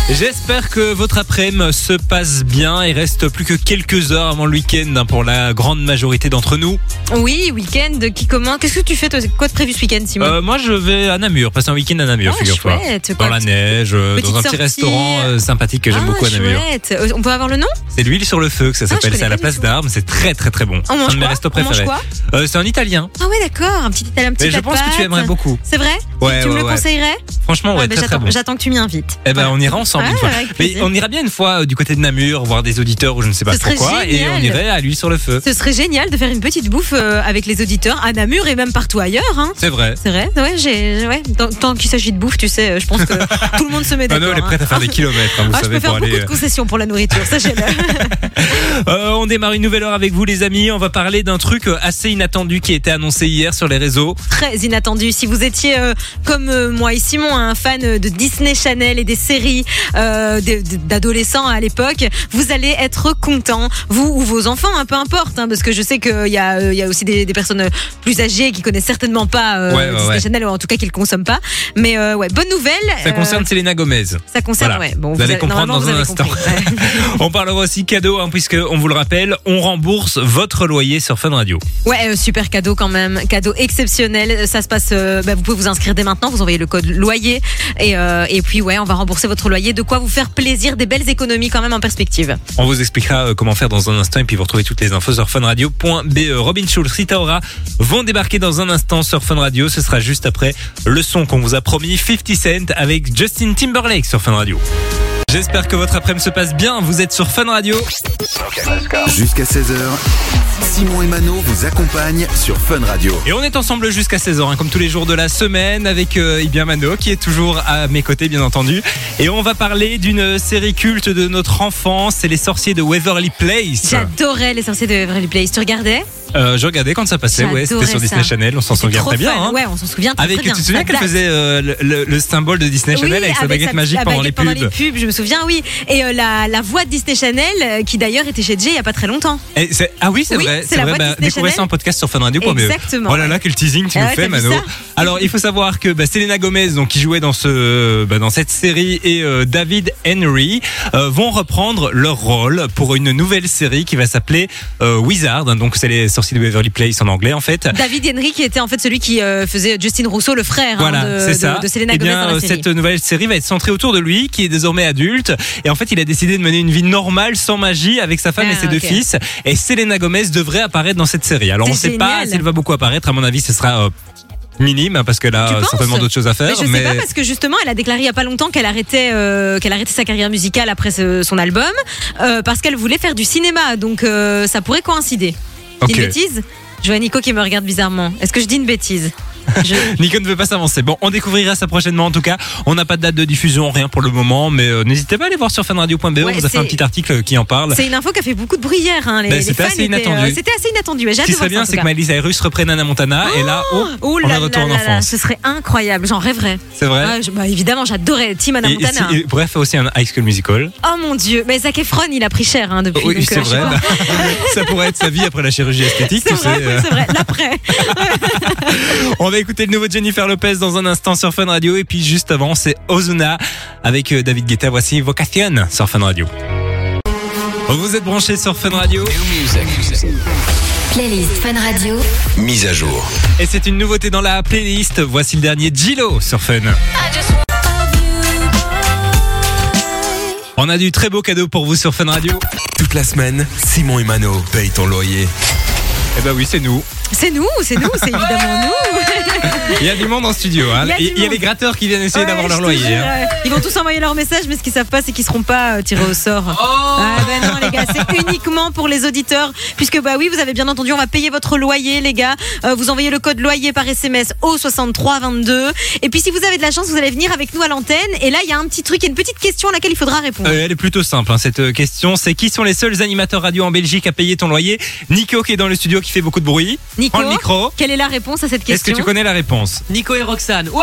Speaker 3: J'espère que votre après-midi se passe bien. Il reste plus que quelques heures avant le week-end hein, pour la grande majorité d'entre nous.
Speaker 2: Oui, week-end qui commence. Qu'est-ce que tu fais toi Quoi de prévu ce week-end, Simon
Speaker 3: Euh, moi, je vais à Namur, passer un week-end à Namur,
Speaker 2: Ah,
Speaker 3: figure-toi.
Speaker 2: chouette,
Speaker 3: Dans
Speaker 2: quoi,
Speaker 3: la
Speaker 2: petite-
Speaker 3: neige, euh,
Speaker 2: petite
Speaker 3: dans un petit
Speaker 2: sortie.
Speaker 3: restaurant euh, sympathique que j'aime
Speaker 2: Ah,
Speaker 3: beaucoup à Namur.
Speaker 2: chouette. Euh, On peut avoir le nom
Speaker 3: C'est l'huile sur le feu que ça
Speaker 2: je
Speaker 3: s'appelle.
Speaker 2: connais
Speaker 3: c'est à
Speaker 2: pas
Speaker 3: la
Speaker 2: du
Speaker 3: place
Speaker 2: tout.
Speaker 3: d'Armes, c'est très très très bon.
Speaker 2: On
Speaker 3: un
Speaker 2: mange
Speaker 3: de mes
Speaker 2: quoi
Speaker 3: restos
Speaker 2: On mange
Speaker 3: préférés.
Speaker 2: quoi
Speaker 3: Euh, c'est un italien,
Speaker 2: Ah ouais, d'accord. Un petit italien, un petit
Speaker 3: mais je
Speaker 2: plat de
Speaker 3: pense que tu
Speaker 2: pâtes.
Speaker 3: aimerais beaucoup.
Speaker 2: C'est vrai
Speaker 3: Ouais,
Speaker 2: Tu me
Speaker 3: ouais,
Speaker 2: le
Speaker 3: ouais.
Speaker 2: conseillerais
Speaker 3: Franchement, ouais,
Speaker 2: Ah, bah,
Speaker 3: très très
Speaker 2: J'attends
Speaker 3: bon.
Speaker 2: j'attends que tu m'y invites.
Speaker 3: Eh ben,
Speaker 2: Voilà.
Speaker 3: on ira ensemble une
Speaker 2: Ah,
Speaker 3: fois.
Speaker 2: avec
Speaker 3: Mais
Speaker 2: plaisir.
Speaker 3: on ira bien une fois euh, du côté de Namur, voir des auditeurs ou je ne sais pas
Speaker 2: Ce serait
Speaker 3: pourquoi, et on
Speaker 2: génial.
Speaker 3: irait à l'huile sur le feu.
Speaker 2: Ce serait génial de faire une petite bouffe euh, avec les auditeurs à Namur et même partout ailleurs. Hein.
Speaker 3: C'est vrai.
Speaker 2: C'est vrai, ouais, j'ai, ouais. Tant, tant qu'il s'agit de bouffe, tu sais, euh, je pense que tout le monde se met
Speaker 3: Manon, Ah
Speaker 2: d'accord.
Speaker 3: elle est prête à faire des
Speaker 2: hein.
Speaker 3: kilomètres, hein, vous
Speaker 2: Ah, je
Speaker 3: savez,
Speaker 2: peux faire
Speaker 3: pour
Speaker 2: beaucoup
Speaker 3: aller.
Speaker 2: de concessions pour la nourriture, sachez-le.
Speaker 3: Euh, on démarre une nouvelle heure avec vous, les amis. On va parler d'un truc euh, assez inattendu qui a été annoncé hier sur les réseaux.
Speaker 2: Très inattendu. Si vous étiez, euh, comme euh, moi et Simon, un fan euh, de Disney Channel et des séries euh, d- d- d'adolescents à l'époque, vous allez être content, vous ou vos enfants, hein, peu importe, hein, parce que je sais qu'il y, a, euh, il y a aussi des, des personnes euh, plus âgées qui connaissent certainement pas euh,
Speaker 3: Ouais, ouais,
Speaker 2: Disney
Speaker 3: ouais.
Speaker 2: Channel, ou en tout cas qui le consomment pas. Mais euh, ouais, bonne nouvelle.
Speaker 3: Ça
Speaker 2: euh,
Speaker 3: concerne Selena Gomez.
Speaker 2: Ça concerne,
Speaker 3: Voilà.
Speaker 2: ouais. Bon,
Speaker 3: Vous allez
Speaker 2: avez-
Speaker 3: comprendre
Speaker 2: normalement,
Speaker 3: dans
Speaker 2: vous
Speaker 3: un instant.
Speaker 2: avez compris, ouais.
Speaker 3: On parlera aussi cadeau, hein, puisque on vous le rappelle, on rembourse votre loyer sur Fun Radio.
Speaker 2: Ouais, euh, super cadeau quand même, cadeau exceptionnel. Euh, Ça se passe, euh, bah, vous pouvez vous inscrire dès maintenant, vous envoyez le code loyer et, euh, et puis ouais, on va rembourser votre loyer. De quoi vous faire plaisir, des belles économies quand même en perspective.
Speaker 3: On vous expliquera euh, comment faire dans un instant et puis vous retrouvez toutes les infos sur funradio.be. E. Robin Schulz, Rita Ora vont débarquer dans un instant sur Fun Radio. Ce sera juste après le son qu'on vous a promis, 50 Cent avec Justin Timberlake sur Fun Radio. J'espère que votre après-midi se passe bien. Vous êtes sur Fun Radio.
Speaker 1: Jusqu'à 16h, Simon et Mano vous accompagnent sur Fun Radio.
Speaker 3: Et on est ensemble jusqu'à 16h, hein, comme tous les jours de la semaine, avec euh, eh bien Mano, qui est toujours à mes côtés, bien entendu. Et on va parler d'une euh, série culte de notre enfance, c'est Les Sorciers de Waverly Place.
Speaker 2: J'adorais les sorciers de Everly Place. Tu regardais
Speaker 3: Euh, je regardais quand ça passait, ouais, c'était
Speaker 2: J'adorais
Speaker 3: sur Disney
Speaker 2: ça.
Speaker 3: Channel, on s'en
Speaker 2: J'étais
Speaker 3: souvient
Speaker 2: trop
Speaker 3: très bien.
Speaker 2: fan.
Speaker 3: hein.
Speaker 2: Ouais, on s'en souvient très,
Speaker 3: Avec,
Speaker 2: très bien.
Speaker 3: tu te souviens
Speaker 2: Ça
Speaker 3: qu'elle
Speaker 2: date.
Speaker 3: faisait euh, le, le- le symbole de Disney Channel avec sa baguette magique
Speaker 2: la
Speaker 3: pendant,
Speaker 2: baguette
Speaker 3: les
Speaker 2: pendant
Speaker 3: pubs.
Speaker 2: les pubs, je me souviens, oui. Et euh, la, la voix de Disney Channel, euh, qui d'ailleurs était chez Jay il y a pas très longtemps.
Speaker 3: Et c'est- ah oui, c'est
Speaker 2: Oui,
Speaker 3: vrai,
Speaker 2: c'est la
Speaker 3: vrai.
Speaker 2: voix de Disney
Speaker 3: découvrez ça
Speaker 2: Channel.
Speaker 3: en podcast sur funradio.be.
Speaker 2: Exactement,
Speaker 3: Oh là
Speaker 2: ouais.
Speaker 3: là, quel teasing tu
Speaker 2: Ah
Speaker 3: nous
Speaker 2: ouais,
Speaker 3: fais,
Speaker 2: t'as vu
Speaker 3: Mano.
Speaker 2: ça
Speaker 3: Alors, il faut savoir que bah, Selena Gomez, donc qui jouait dans ce, euh, bah, dans cette série, et euh, David Henry euh, vont reprendre leur rôle pour une nouvelle série qui va s'appeler euh, Wizard. hein, donc, c'est les sorciers de Beverly Place en anglais, en fait.
Speaker 2: David Henry, qui était en fait celui qui euh, faisait Justin Rousseau, le frère hein,
Speaker 3: Voilà,
Speaker 2: de,
Speaker 3: c'est
Speaker 2: de-
Speaker 3: ça.
Speaker 2: de Selena
Speaker 3: Eh
Speaker 2: Gomez
Speaker 3: bien,
Speaker 2: dans la
Speaker 3: euh,
Speaker 2: série.
Speaker 3: cette nouvelle série va être centrée autour de lui, qui est désormais adulte. Et en fait, il a décidé de mener une vie normale, sans magie, avec sa femme
Speaker 2: Ah,
Speaker 3: et ses deux
Speaker 2: ok.
Speaker 3: fils. Et Selena Gomez devrait apparaître dans cette série. Alors, on
Speaker 2: C'est
Speaker 3: ne sait pas
Speaker 2: génial.
Speaker 3: s'il va beaucoup apparaître. À mon avis, ce sera euh, minime, hein, parce qu'elle
Speaker 2: Tu
Speaker 3: a euh,
Speaker 2: penses
Speaker 3: certainement d'autres choses à faire.
Speaker 2: Mais je sais pas parce que justement, elle a déclaré il y a pas longtemps qu'elle arrêtait, euh, qu'elle arrêtait sa carrière musicale après ce- son album euh, parce qu'elle voulait faire du cinéma. Donc euh, ça pourrait coïncider. Je dis
Speaker 3: Ok.
Speaker 2: Une bêtise Je vois Nico qui me regarde bizarrement. Est-ce que je dis une bêtise Je-
Speaker 3: Nico ne veut pas s'avancer. Bon, on découvrira ça prochainement. En tout cas, on n'a pas de date de diffusion, rien pour le moment. Mais euh, n'hésitez pas à aller voir sur fanradio.be. on
Speaker 2: Ouais,
Speaker 3: vous a fait un
Speaker 2: c'est-
Speaker 3: petit article euh, qui en parle.
Speaker 2: C'est une info qui a fait beaucoup de bruit hier. hein. Les,
Speaker 3: Ben,
Speaker 2: les
Speaker 3: c'était
Speaker 2: fans
Speaker 3: assez
Speaker 2: étaient, euh,
Speaker 3: inattendu.
Speaker 2: C'était assez inattendu. mais J'ai
Speaker 3: Ce
Speaker 2: hâte
Speaker 3: qui
Speaker 2: de voir
Speaker 3: serait bien,
Speaker 2: ça, en
Speaker 3: c'est
Speaker 2: tout
Speaker 3: que
Speaker 2: cas.
Speaker 3: Miley Cyrus reprenne Anna Montana. et là, oh,
Speaker 2: Oh
Speaker 3: on
Speaker 2: là
Speaker 3: la
Speaker 2: là
Speaker 3: retourne en
Speaker 2: là là,
Speaker 3: enfance.
Speaker 2: ce serait incroyable, j'en rêverais.
Speaker 3: C'est vrai.
Speaker 2: Ah, je- bah, évidemment, j'adorais Tim Anna
Speaker 3: Et- et si-
Speaker 2: Montana.
Speaker 3: et bref, aussi un High School Musical.
Speaker 2: Oh mon dieu, mais Zac Efron, il a pris cher hein, depuis.
Speaker 3: Oui,
Speaker 2: donc,
Speaker 3: c'est
Speaker 2: euh, je sais
Speaker 3: vrai.
Speaker 2: pas.
Speaker 3: bah, ça pourrait être sa vie après la chirurgie esthétique,
Speaker 2: C'est
Speaker 3: tu sais.
Speaker 2: vrai, oui,
Speaker 3: euh,
Speaker 2: c'est vrai. L'après.
Speaker 3: on va écouter le nouveau Jennifer Lopez dans un instant sur Fun Radio. Et puis juste avant, c'est Ozuna avec euh, David Guetta. Voici Vocation sur Fun Radio. Vous êtes branchés sur Fun Radio.
Speaker 5: Playlist Fun Radio.
Speaker 1: Mise à jour.
Speaker 3: Et c'est une nouveauté dans la playlist. Voici le dernier Gilo sur Fun. On a du très beau cadeau pour vous sur Fun Radio.
Speaker 1: Toute la semaine, Simon et Mano payent ton loyer.
Speaker 3: Eh ben oui, c'est nous.
Speaker 2: C'est nous, c'est nous, c'est évidemment nous.
Speaker 3: Il y a du monde en studio. hein.
Speaker 2: Il y a du
Speaker 3: Il y, a
Speaker 2: monde.
Speaker 3: les gratteurs qui viennent essayer
Speaker 2: Ouais,
Speaker 3: d'avoir
Speaker 2: je
Speaker 3: leur
Speaker 2: te
Speaker 3: loyer.
Speaker 2: jure,
Speaker 3: hein.
Speaker 2: ouais. Ils vont tous envoyer leur message, mais ce qu'ils savent pas, c'est qu'ils seront pas euh, tirés au sort.
Speaker 3: Oh.
Speaker 2: Ah ben non, les gars, c'est uniquement pour les auditeurs, puisque bah oui, vous avez bien entendu, on va payer votre loyer, les gars. Euh, vous envoyez le code loyer par SMS au 6322. Et puis si vous avez de la chance, vous allez venir avec nous à l'antenne. Et là, il y a un petit truc, il y a une petite question à laquelle il faudra répondre.
Speaker 3: Euh, elle est plutôt simple, hein, cette euh, question. C'est qui sont les seuls animateurs radio en Belgique à payer ton loyer Nico qui est dans le studio qui fait beaucoup de bruit.
Speaker 2: Nico,
Speaker 3: Prends le micro.
Speaker 2: quelle est la réponse à
Speaker 3: Est-ce
Speaker 2: cette
Speaker 3: que
Speaker 2: question Euh,
Speaker 3: tu connais la réponse
Speaker 6: Nico et Roxane. Ouais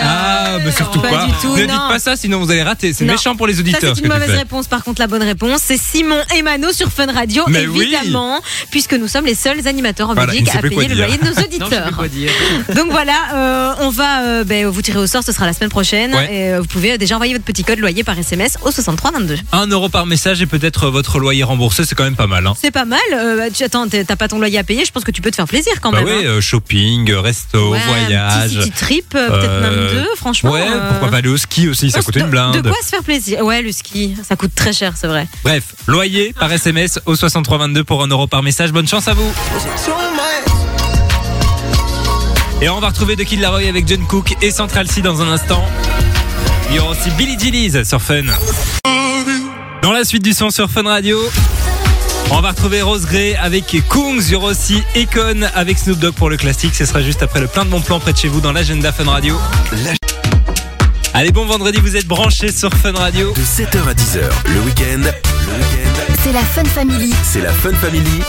Speaker 3: Ah, mais surtout
Speaker 2: Pas
Speaker 3: pas.
Speaker 2: du tout,
Speaker 3: ne
Speaker 2: non.
Speaker 3: dites pas ça, sinon vous allez rater. C'est
Speaker 2: Non.
Speaker 3: méchant pour les
Speaker 2: Ça,
Speaker 3: auditeurs.
Speaker 2: c'est
Speaker 3: ce
Speaker 2: une
Speaker 3: que tu
Speaker 2: mauvaise
Speaker 3: fais.
Speaker 2: réponse. Par contre, la bonne réponse, c'est Simon et Mano sur Fun Radio,
Speaker 3: Mais oui.
Speaker 2: évidemment, puisque nous sommes les seuls animateurs en
Speaker 3: Voilà, il ne
Speaker 2: Belgique
Speaker 3: sait
Speaker 2: à
Speaker 3: plus quoi
Speaker 2: payer le
Speaker 3: dire.
Speaker 2: loyer de nos
Speaker 6: Non, je sais plus
Speaker 2: auditeurs.
Speaker 6: quoi dire.
Speaker 2: Donc voilà, euh, on va euh, ben, vous tirer au sort, ce sera la semaine prochaine.
Speaker 3: Ouais.
Speaker 2: Et euh, vous pouvez déjà envoyer votre petit code loyer par SMS au 6322.
Speaker 3: Un euro par message et peut-être euh, votre loyer remboursé, c'est quand même pas mal. Hein.
Speaker 2: C'est pas mal. euh, tu, attends, t'es- t'as pas ton loyer à payer, je pense que tu peux te faire plaisir quand
Speaker 3: Bah
Speaker 2: même.
Speaker 3: oui,
Speaker 2: hein.
Speaker 3: euh, shopping, euh, resto,
Speaker 2: Ouais, un
Speaker 3: voyage.
Speaker 2: Petit city trip, euh, peut-être
Speaker 3: Euh,
Speaker 2: même deux, franchement.
Speaker 3: Ouais,
Speaker 2: euh, oh,
Speaker 3: pourquoi pas aller au ski aussi, ça
Speaker 2: de-
Speaker 3: coûte une blinde.
Speaker 2: De quoi se faire plaisir Ouais, le ski, ça coûte très cher, c'est vrai.
Speaker 3: Bref, loyer par SMS au 6322 pour 1 euro par message. Bonne chance à vous. Et on va retrouver De Kid Laroi avec John Cook et Central C dans un instant. Il y aura aussi Billy Gillies sur Fun. Dans la suite du son sur Fun Radio. On va retrouver Rose Gray avec Kungs, il y aura aussi Econ avec Snoop Dogg pour le classique. Ce sera juste après le plein de bons plans près de chez vous dans l'agenda Fun Radio. Allez, bon vendredi, vous êtes branchés sur Fun Radio.
Speaker 1: De 7h à 10h, le week-end. Le week-end,
Speaker 5: C'est la Fun Family.
Speaker 1: c'est la Fun Family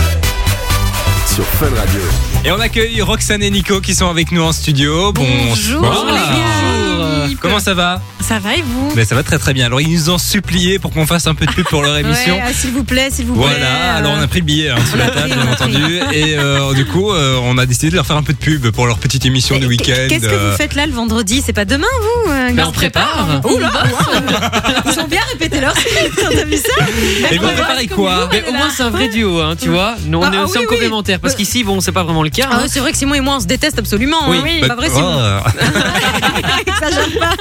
Speaker 1: sur Fun Radio.
Speaker 3: Et on accueille Roxane et Nico qui sont avec nous en studio.
Speaker 7: Bonjour,
Speaker 3: Bonsoir.
Speaker 7: les gars.
Speaker 3: Bonjour. Comment ça va
Speaker 7: Ça va et vous
Speaker 3: Mais ça va très très bien. Alors ils nous ont supplié pour qu'on fasse un peu de pub pour leur émission.
Speaker 2: Ouais, ah, s'il vous plaît, s'il vous plaît.
Speaker 3: Voilà,
Speaker 2: euh,
Speaker 3: alors on a pris le billet hein, sur la table, bien entendu. Et euh, du coup, euh, on a décidé de leur faire un peu de pub pour leur petite émission du week-end. euh,
Speaker 2: Qu'est-ce que vous faites là le vendredi C'est pas demain, vous euh,
Speaker 6: Mais
Speaker 2: Gaston
Speaker 6: on prépare.
Speaker 2: Oula Ils ont bien répété leur script, t'as vu ça
Speaker 3: Et vous
Speaker 6: Ouais.
Speaker 3: préparez quoi
Speaker 6: Mais au moins c'est un vrai duo, hein, tu vois. Nous on
Speaker 2: Ah,
Speaker 6: est
Speaker 2: ah,
Speaker 6: aussi
Speaker 2: oui,
Speaker 6: en
Speaker 2: oui.
Speaker 6: complémentaire parce qu'ici bon c'est pas vraiment le cas.
Speaker 2: Ah
Speaker 6: hein.
Speaker 2: ouais, c'est vrai que Simon et moi on se déteste absolument. hein.
Speaker 3: bah,
Speaker 2: pas vrai
Speaker 3: oh.
Speaker 2: Simon. Exagère pas.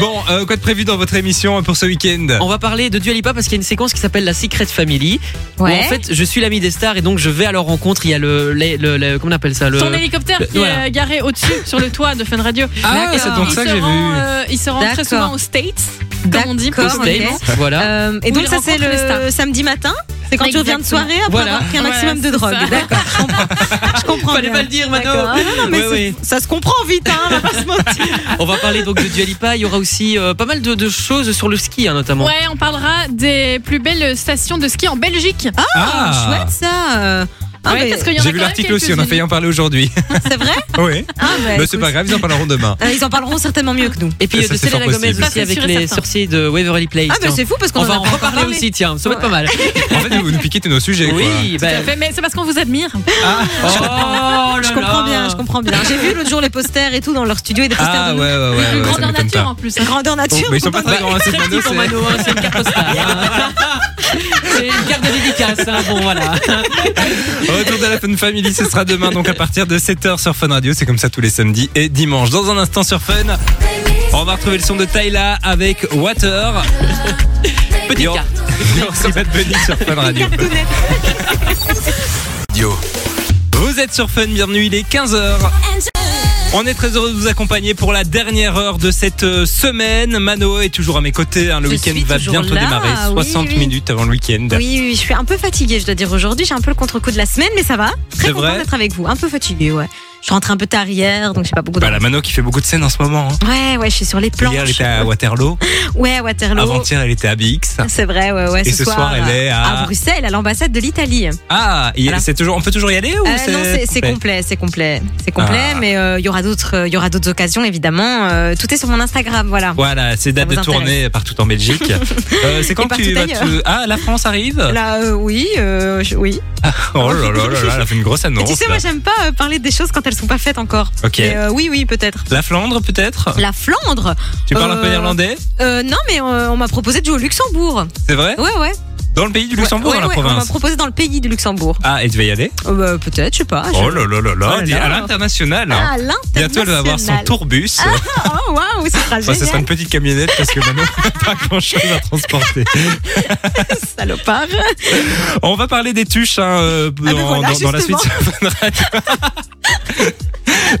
Speaker 3: Bon, euh, quoi de prévu dans votre émission pour ce week-end
Speaker 6: On va parler de Dualipa parce qu'il y a une séquence qui s'appelle la Secret Family. où
Speaker 2: Ouais.
Speaker 6: en fait je suis l'ami des stars et donc je vais à leur rencontre. Il y a le, le- le- le- comment on appelle ça le.
Speaker 7: Ton hélicoptère
Speaker 6: le-
Speaker 7: qui
Speaker 6: voilà.
Speaker 7: est euh, garé au-dessus, sur le toit de Fun Radio.
Speaker 3: Ah,
Speaker 7: Et,
Speaker 3: c'est
Speaker 7: euh,
Speaker 3: donc
Speaker 7: il
Speaker 3: ça que
Speaker 7: se
Speaker 3: j'ai
Speaker 7: rend,
Speaker 3: vu.
Speaker 7: euh, il se rend très
Speaker 2: D'accord.
Speaker 7: souvent aux States, comme on dit.
Speaker 2: D'accord,
Speaker 7: pour
Speaker 2: ok.
Speaker 7: States.
Speaker 6: Voilà.
Speaker 2: Euh, et
Speaker 7: Où
Speaker 2: donc
Speaker 7: il
Speaker 2: ça c'est
Speaker 7: rencontre les
Speaker 2: le
Speaker 7: stars.
Speaker 2: samedi matin c'est quand tu reviens de
Speaker 7: Exactement.
Speaker 2: soirée après
Speaker 6: Voilà.
Speaker 2: avoir pris un
Speaker 7: Ouais,
Speaker 2: maximum de
Speaker 7: c'est
Speaker 2: drogue.
Speaker 7: ça.
Speaker 2: D'accord, je comprends. Je comprends.
Speaker 6: Fallait
Speaker 2: bien.
Speaker 6: pas le dire, Mano.
Speaker 2: D'accord. Ah, non, non, mais
Speaker 6: Ouais,
Speaker 2: c'est-
Speaker 6: ouais.
Speaker 2: ça se comprend vite, hein, on va pas se mentir.
Speaker 6: On va parler donc de Dualipa. Il y aura aussi euh, pas mal de, de choses sur le ski hein, notamment.
Speaker 7: Ouais, on parlera des plus belles stations de ski en Belgique.
Speaker 3: Ah,
Speaker 2: Chouette ça. euh. Ah,
Speaker 7: Ouais,
Speaker 2: mais
Speaker 7: parce qu'il y en a
Speaker 3: J'ai
Speaker 7: quand
Speaker 3: vu
Speaker 7: même
Speaker 3: l'article aussi, on a
Speaker 7: quelques-unes.
Speaker 3: failli en parler aujourd'hui.
Speaker 2: c'est vrai
Speaker 3: oui.
Speaker 2: ah, bah,
Speaker 3: Mais c'est
Speaker 2: écoute.
Speaker 3: pas grave, ils en parleront demain.
Speaker 2: Euh, Ils en parleront certainement mieux que nous.
Speaker 6: Et puis
Speaker 3: Ça,
Speaker 6: euh, de
Speaker 3: c'est
Speaker 6: Selena
Speaker 3: fort
Speaker 6: Gomez
Speaker 3: possible.
Speaker 6: aussi
Speaker 7: Ça, c'est
Speaker 6: avec
Speaker 7: sûr et
Speaker 6: les
Speaker 7: certain.
Speaker 6: sorciers de Waverly Place.
Speaker 2: Ah, bah
Speaker 6: tiens.
Speaker 2: c'est fou parce qu'on
Speaker 6: on
Speaker 2: en a
Speaker 6: va en
Speaker 2: pas encore
Speaker 6: reparler
Speaker 2: parlé.
Speaker 6: aussi, tiens, ça va être pas mal.
Speaker 3: En fait, vous nous piquez tous nos sujets. quoi.
Speaker 6: Oui, bah,
Speaker 7: Tout à
Speaker 3: Ben,
Speaker 7: fait, mais c'est parce qu'on vous admire.
Speaker 6: Oh
Speaker 2: Je comprends bien, je comprends bien. J'ai vu l'autre jour les posters et tout dans leur studio et des posters
Speaker 3: Ah
Speaker 2: de
Speaker 3: ouais, ouais, ouais. ouais,
Speaker 7: Une
Speaker 3: ça
Speaker 7: grandeur
Speaker 3: m'étonne
Speaker 7: nature
Speaker 3: pas.
Speaker 7: en plus.
Speaker 2: nous. grandeur
Speaker 3: Bon,
Speaker 2: nature.
Speaker 3: mais ils sont pas
Speaker 2: comparés.
Speaker 3: très grands, hein, c'est
Speaker 6: Très
Speaker 3: le
Speaker 6: petit pour
Speaker 3: panneau,
Speaker 6: Mano, hein, c'est une carte postale. hein. C'est une carte de dédicace, hein, bon voilà.
Speaker 3: c'est- Retour de la Fun Family, ce sera demain, donc à partir de 7h sur Fun Radio. C'est comme ça tous les samedis et dimanches. Dans un instant sur Fun, on va retrouver le son de Tyla avec Water.
Speaker 6: Petite
Speaker 3: Yo.
Speaker 6: carte.
Speaker 3: C'est Bad Bunny sur Fun Radio.
Speaker 1: Yo.
Speaker 3: Vous êtes sur Fun, bienvenue, il est 15h. On est très heureux de vous accompagner pour la dernière heure de cette euh, semaine. Mano est toujours à mes côtés. hein, Le
Speaker 2: Je
Speaker 3: week-end
Speaker 2: suis
Speaker 3: va
Speaker 2: toujours
Speaker 3: bientôt
Speaker 2: là, Ah
Speaker 3: démarrer.
Speaker 2: oui,
Speaker 3: 60
Speaker 2: oui.
Speaker 3: minutes avant le week-end.
Speaker 2: Oui, oui, je suis un peu fatiguée, je dois dire aujourd'hui. J'ai un peu le contre-coup de la semaine, mais ça va.
Speaker 3: C'est
Speaker 2: Très
Speaker 3: vrai
Speaker 2: contente d'être avec vous. Un peu fatiguée, ouais. Je rentre un peu tard hier, donc j'ai pas beaucoup de.
Speaker 3: Bah, la Mano qui fait beaucoup de scènes en ce moment. hein.
Speaker 2: Ouais, ouais, je suis sur les planches.
Speaker 3: Hier, elle était à Waterloo.
Speaker 2: Ouais, à Waterloo.
Speaker 3: Avant-hier, elle était à BX.
Speaker 2: C'est vrai, ouais, ouais.
Speaker 3: Et ce soir, elle est à-
Speaker 2: Bruxelles, à l'ambassade de l'Italie.
Speaker 3: Ah, il y a-
Speaker 2: Voilà.
Speaker 3: c'est toujours, on peut toujours y aller ou
Speaker 2: Euh, non, c'est- c'est complet, c'est complet, c'est complet.
Speaker 3: Ah.
Speaker 2: Mais euh, il y aura d'autres, euh, il y aura d'autres occasions, évidemment. Euh, tout est sur mon Instagram, voilà.
Speaker 3: Voilà, c'est date
Speaker 2: Ça
Speaker 3: de
Speaker 2: vous
Speaker 3: tournée partout en Belgique. Euh, c'est quand
Speaker 2: Et
Speaker 3: que tu vas
Speaker 2: partout
Speaker 3: te... Ah, la France arrive
Speaker 2: Là, euh, oui, euh, je- oui.
Speaker 3: Oh là là là là, elle a fait une grosse
Speaker 2: Et
Speaker 3: annonce.
Speaker 2: tu sais,
Speaker 3: là.
Speaker 2: moi, j'aime pas euh, parler des choses quand elles elles sont pas faites encore.
Speaker 3: Ok.
Speaker 2: Mais, euh, oui, oui, peut-être.
Speaker 3: La Flandre, peut-être
Speaker 2: La Flandre
Speaker 3: Tu parles un peu
Speaker 2: euh,
Speaker 3: néerlandais
Speaker 2: Euh, Non, mais euh, on m'a proposé de jouer au Luxembourg.
Speaker 3: C'est vrai
Speaker 2: Ouais, ouais.
Speaker 3: Dans le pays du Luxembourg,
Speaker 2: ouais,
Speaker 3: dans la
Speaker 2: ouais, On m'a
Speaker 3: province
Speaker 2: proposé dans le pays du Luxembourg.
Speaker 3: Ah, et tu vas y aller
Speaker 2: Euh, bah, peut-être, je sais pas. je-
Speaker 3: Oh là là là là,
Speaker 2: Oh là
Speaker 3: dis-
Speaker 2: là.
Speaker 3: à l'international
Speaker 2: Ah, l'international.
Speaker 3: Bientôt, elle va avoir son tourbus.
Speaker 2: Oh, waouh, ce sera
Speaker 3: Enfin, ce sera
Speaker 2: génial.
Speaker 3: une petite camionnette parce que maintenant, on n'a pas grand-chose à transporter.
Speaker 2: Salopard.
Speaker 3: On va parler des tuches hein, euh, dans,
Speaker 2: Ah ben voilà,
Speaker 3: dans- dans la suite
Speaker 2: justement.
Speaker 3: sur Fun Radio.